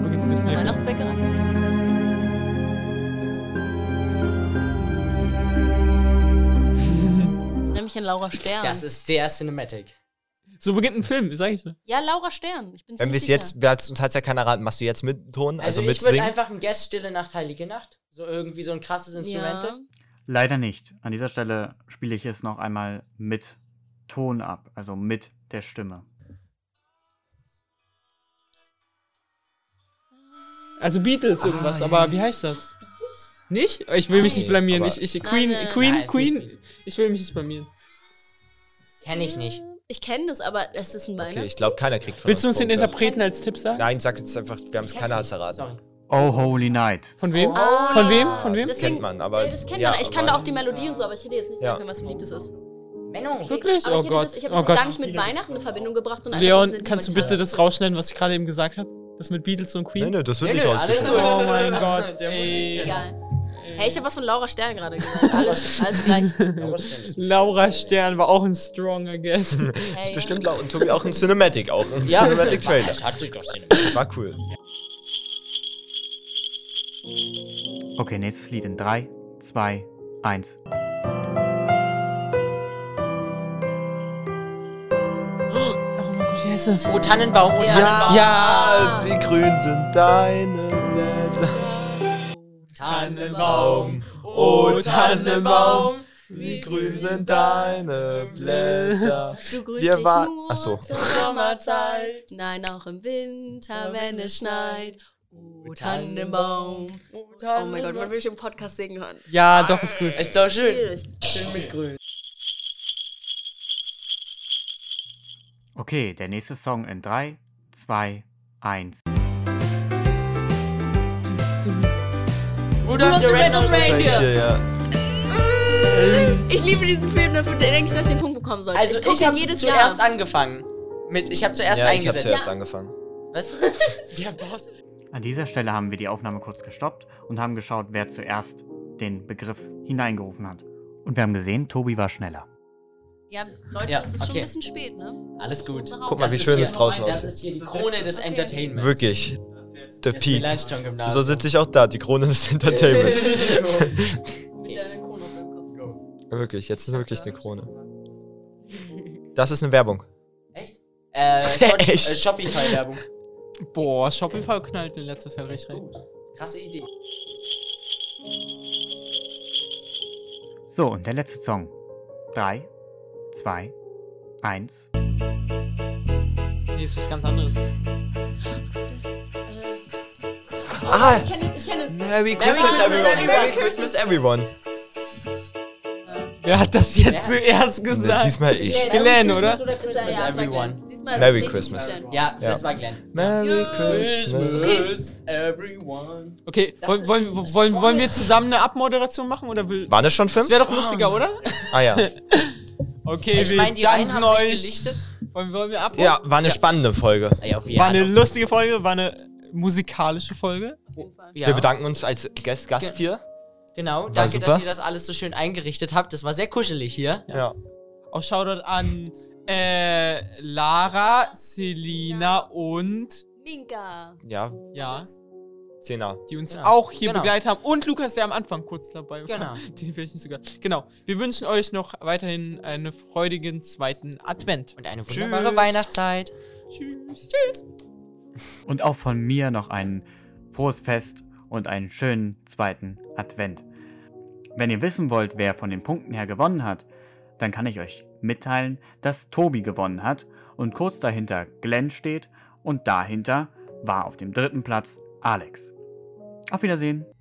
Speaker 8: beginnt Disney.
Speaker 5: Weihnachtsbäckerei. Nämlich an Laura Stern.
Speaker 3: Das ist sehr cinematic.
Speaker 8: So beginnt ein Film, sag ich dir.
Speaker 5: ja, Laura Stern. Ich bin
Speaker 2: Wenn wir es jetzt, wir hat's- uns hat's ja keiner raten, machst du jetzt mit Ton, also,
Speaker 3: Also,
Speaker 2: mit
Speaker 3: ich würde
Speaker 2: Singen.
Speaker 3: einfach ein Guest Stille Nacht, Heilige Nacht. So irgendwie so ein krasses Instrumente.
Speaker 5: Ja.
Speaker 7: Leider nicht. An dieser Stelle spiele ich es noch einmal mit Ton ab, also mit der Stimme.
Speaker 8: Also Beatles irgendwas, aber wie heißt das? Nicht? Ich will mich nicht blamieren.
Speaker 2: aber-
Speaker 8: Ich, ich, Queen,
Speaker 5: Nein, nein.
Speaker 8: Queen,
Speaker 3: Nein, ist nicht
Speaker 8: Queen. Ich will mich nicht blamieren.
Speaker 3: Kenn ich nicht.
Speaker 5: Ich kenne das, aber es ist ein Weihnachts.
Speaker 2: Okay, ich glaube, keiner kriegt von
Speaker 8: Willst du uns den
Speaker 2: Punkte.
Speaker 8: Interpreten als Tipp sagen?
Speaker 2: Nein, sag jetzt einfach, wir haben es
Speaker 3: Ich
Speaker 2: keiner
Speaker 3: kenn's
Speaker 2: hat's
Speaker 3: nicht.
Speaker 2: erraten.
Speaker 3: Sorry.
Speaker 7: Oh, Holy Night.
Speaker 8: Von wem?
Speaker 5: Ah.
Speaker 8: Von wem? Von
Speaker 2: Das
Speaker 8: wem?
Speaker 2: kennt man, aber
Speaker 5: nee,
Speaker 2: es-
Speaker 5: das kennt
Speaker 2: ja,
Speaker 5: man. Ich
Speaker 2: aber-
Speaker 5: kannte auch die Melodie und so, aber ich hätte jetzt nicht
Speaker 2: Ja.
Speaker 5: sagen können, was für ein Lied das ist.
Speaker 3: Menno.
Speaker 8: Wirklich?
Speaker 5: Aber
Speaker 8: Oh
Speaker 5: ich hätte
Speaker 8: Gott.
Speaker 5: Das, ich habe
Speaker 8: Oh
Speaker 5: das
Speaker 8: Gott.
Speaker 5: gar nicht mit Weihnachten in Verbindung gebracht. sondern einfach das
Speaker 8: Leon,
Speaker 5: Sentimentale.
Speaker 8: kannst du bitte das rausschneiden, was ich gerade eben gesagt habe? Das mit Beatles und
Speaker 2: Nee,
Speaker 8: Queen?
Speaker 2: nee, das wird
Speaker 3: Nee,
Speaker 2: nicht
Speaker 3: nee,
Speaker 2: rausgeschnitten.
Speaker 3: alles gut.
Speaker 8: Oh mein Gott.
Speaker 3: Der
Speaker 8: ey.
Speaker 5: Egal. Hey, ich habe was von Laura Stern gerade gesagt. Alles, alles gleich.
Speaker 8: Laura Stern war auch ein stronger Guess.
Speaker 5: Hey.
Speaker 2: Ist bestimmt laut. Und Tobi auch ein Cinematic auch. Ein
Speaker 3: Ja,
Speaker 2: Cinematic Trailer.
Speaker 3: Das hat sich doch Cinematic.
Speaker 2: War cool.
Speaker 7: Okay, nächstes Lied in 3, 2, 1.
Speaker 8: Wie heißt das?
Speaker 3: Oh, Tannenbaum, oh, Tannenbaum.
Speaker 2: Ja, wie grün sind deine Blätter.
Speaker 3: Tannenbaum.
Speaker 2: oh Tannenbaum, Wie grün sind deine Blätter.
Speaker 5: Du grüßt
Speaker 2: Wir
Speaker 5: dich
Speaker 2: war-
Speaker 5: nur
Speaker 2: Ach so.
Speaker 5: zur Sommerzeit. Nein, auch im Winter, wenn es schneit. Oh, Tannenbaum.
Speaker 3: Oh,
Speaker 5: Oh mein Gott, man will schon im Podcast singen hören.
Speaker 8: Ja, doch, ist gut.
Speaker 3: Ist doch schön.
Speaker 5: Schwierig.
Speaker 3: Schön mit grün.
Speaker 7: Okay, der nächste Song in 3, 2, 1.
Speaker 5: Rudolph the Red-Nosed Reindeer.
Speaker 2: Ja.
Speaker 5: Ich liebe diesen Film, dafür denke ich, dass ich den Punkt bekommen sollte.
Speaker 3: Also
Speaker 5: ich gucke
Speaker 3: ich
Speaker 5: ihn
Speaker 3: habe
Speaker 5: jedes
Speaker 3: zuerst
Speaker 5: Jahr.
Speaker 3: angefangen. Mit, ich habe zuerst
Speaker 2: ja, ich hab's
Speaker 3: eingesetzt.
Speaker 2: zuerst angefangen.
Speaker 3: Was? Der Boss.
Speaker 7: An dieser Stelle haben wir die Aufnahme kurz gestoppt und haben geschaut, wer zuerst den Begriff hineingerufen hat. Und wir haben gesehen, Tobi war schneller.
Speaker 5: Ja, Leute,
Speaker 3: Ja,
Speaker 5: das ist schon
Speaker 3: okay.
Speaker 5: ein bisschen spät, ne?
Speaker 3: Alles gut.
Speaker 5: Guck
Speaker 2: mal, wie
Speaker 3: ist
Speaker 2: schön
Speaker 3: hier-
Speaker 2: es draußen
Speaker 3: Das
Speaker 2: aussieht.
Speaker 3: ist hier die Krone des
Speaker 5: Okay.
Speaker 3: Entertainments.
Speaker 2: Wirklich. Der
Speaker 3: Das Peak.
Speaker 2: Peak. So sitze ich auch da, die Krone des Entertainments.
Speaker 5: Wieder eine Krone auf meinem Kopf.
Speaker 2: Wirklich, jetzt ist wirklich eine Krone. Das ist eine Werbung.
Speaker 3: Echt? Äh, Shop- äh,
Speaker 2: Echt?
Speaker 3: Shopify-Werbung.
Speaker 8: Boah, Shopify knallt in letzter Zeit richtig rein.
Speaker 3: Krasse Idee.
Speaker 7: So, und der letzte Song. 3, 2, 1.
Speaker 8: Nee, ist was ganz anderes.
Speaker 2: Ah,
Speaker 5: Ich kenne es, ich kenne es.
Speaker 2: Merry Christmas everyone. Merry Christmas everyone.
Speaker 8: Wer hat das jetzt zuerst
Speaker 2: Nee,
Speaker 8: gesagt?
Speaker 2: diesmal ich.
Speaker 8: Glenn, oder?
Speaker 5: Ist er,
Speaker 3: Christmas
Speaker 5: es war
Speaker 3: everyone.
Speaker 5: Glenn. Diesmal ist
Speaker 2: Merry
Speaker 5: es definitiv
Speaker 2: Christmas.
Speaker 3: Ja,
Speaker 5: Glenn.
Speaker 2: Ja.
Speaker 3: das war Glenn.
Speaker 2: Merry Christmas.
Speaker 3: everyone.
Speaker 8: Okay, wollen, wollen, wollen, wollen wir zusammen eine Abmoderation machen oder will.
Speaker 2: Waren es schon fünf?
Speaker 8: Das wäre doch lustiger, oder?
Speaker 2: Ah ja.
Speaker 8: Okay,
Speaker 3: Ich
Speaker 8: wir
Speaker 3: meine, die Reihen
Speaker 8: danken
Speaker 3: haben sich
Speaker 8: euch.
Speaker 3: gelichtet.
Speaker 8: Wollen, wollen wir ab?
Speaker 2: Ja, war eine spannende Folge.
Speaker 3: Ey, auf jeden
Speaker 8: War eine
Speaker 3: Fall.
Speaker 8: lustige Folge, war eine musikalische Folge.
Speaker 3: Ja,
Speaker 2: Wir bedanken uns als Gast, Gast hier.
Speaker 3: genau, danke,
Speaker 2: super.
Speaker 3: dass ihr das alles so schön eingerichtet habt. Das war sehr kuschelig hier.
Speaker 2: Ja.
Speaker 8: Auch Shoutout an äh, Lara, Selina und
Speaker 5: Minka.
Speaker 2: Ja,
Speaker 8: ja,
Speaker 2: Zehner.
Speaker 8: die uns
Speaker 3: Genau.
Speaker 8: auch hier
Speaker 3: Genau.
Speaker 8: begleitet haben. Und Lukas, der am Anfang kurz dabei war.
Speaker 3: Genau.
Speaker 8: Den will ich nicht sogar. Genau. Wir wünschen euch noch weiterhin einen freudigen zweiten Advent.
Speaker 3: Und eine
Speaker 2: Tschüss.
Speaker 3: wunderbare Weihnachtszeit.
Speaker 8: Tschüss.
Speaker 7: Und auch von mir noch ein frohes Fest und einen schönen zweiten Advent. Wenn ihr wissen wollt, wer von den Punkten her gewonnen hat, dann kann ich euch mitteilen, dass Tobi gewonnen hat und kurz dahinter Glenn steht und dahinter war auf dem dritten Platz Alex. Auf Wiedersehen!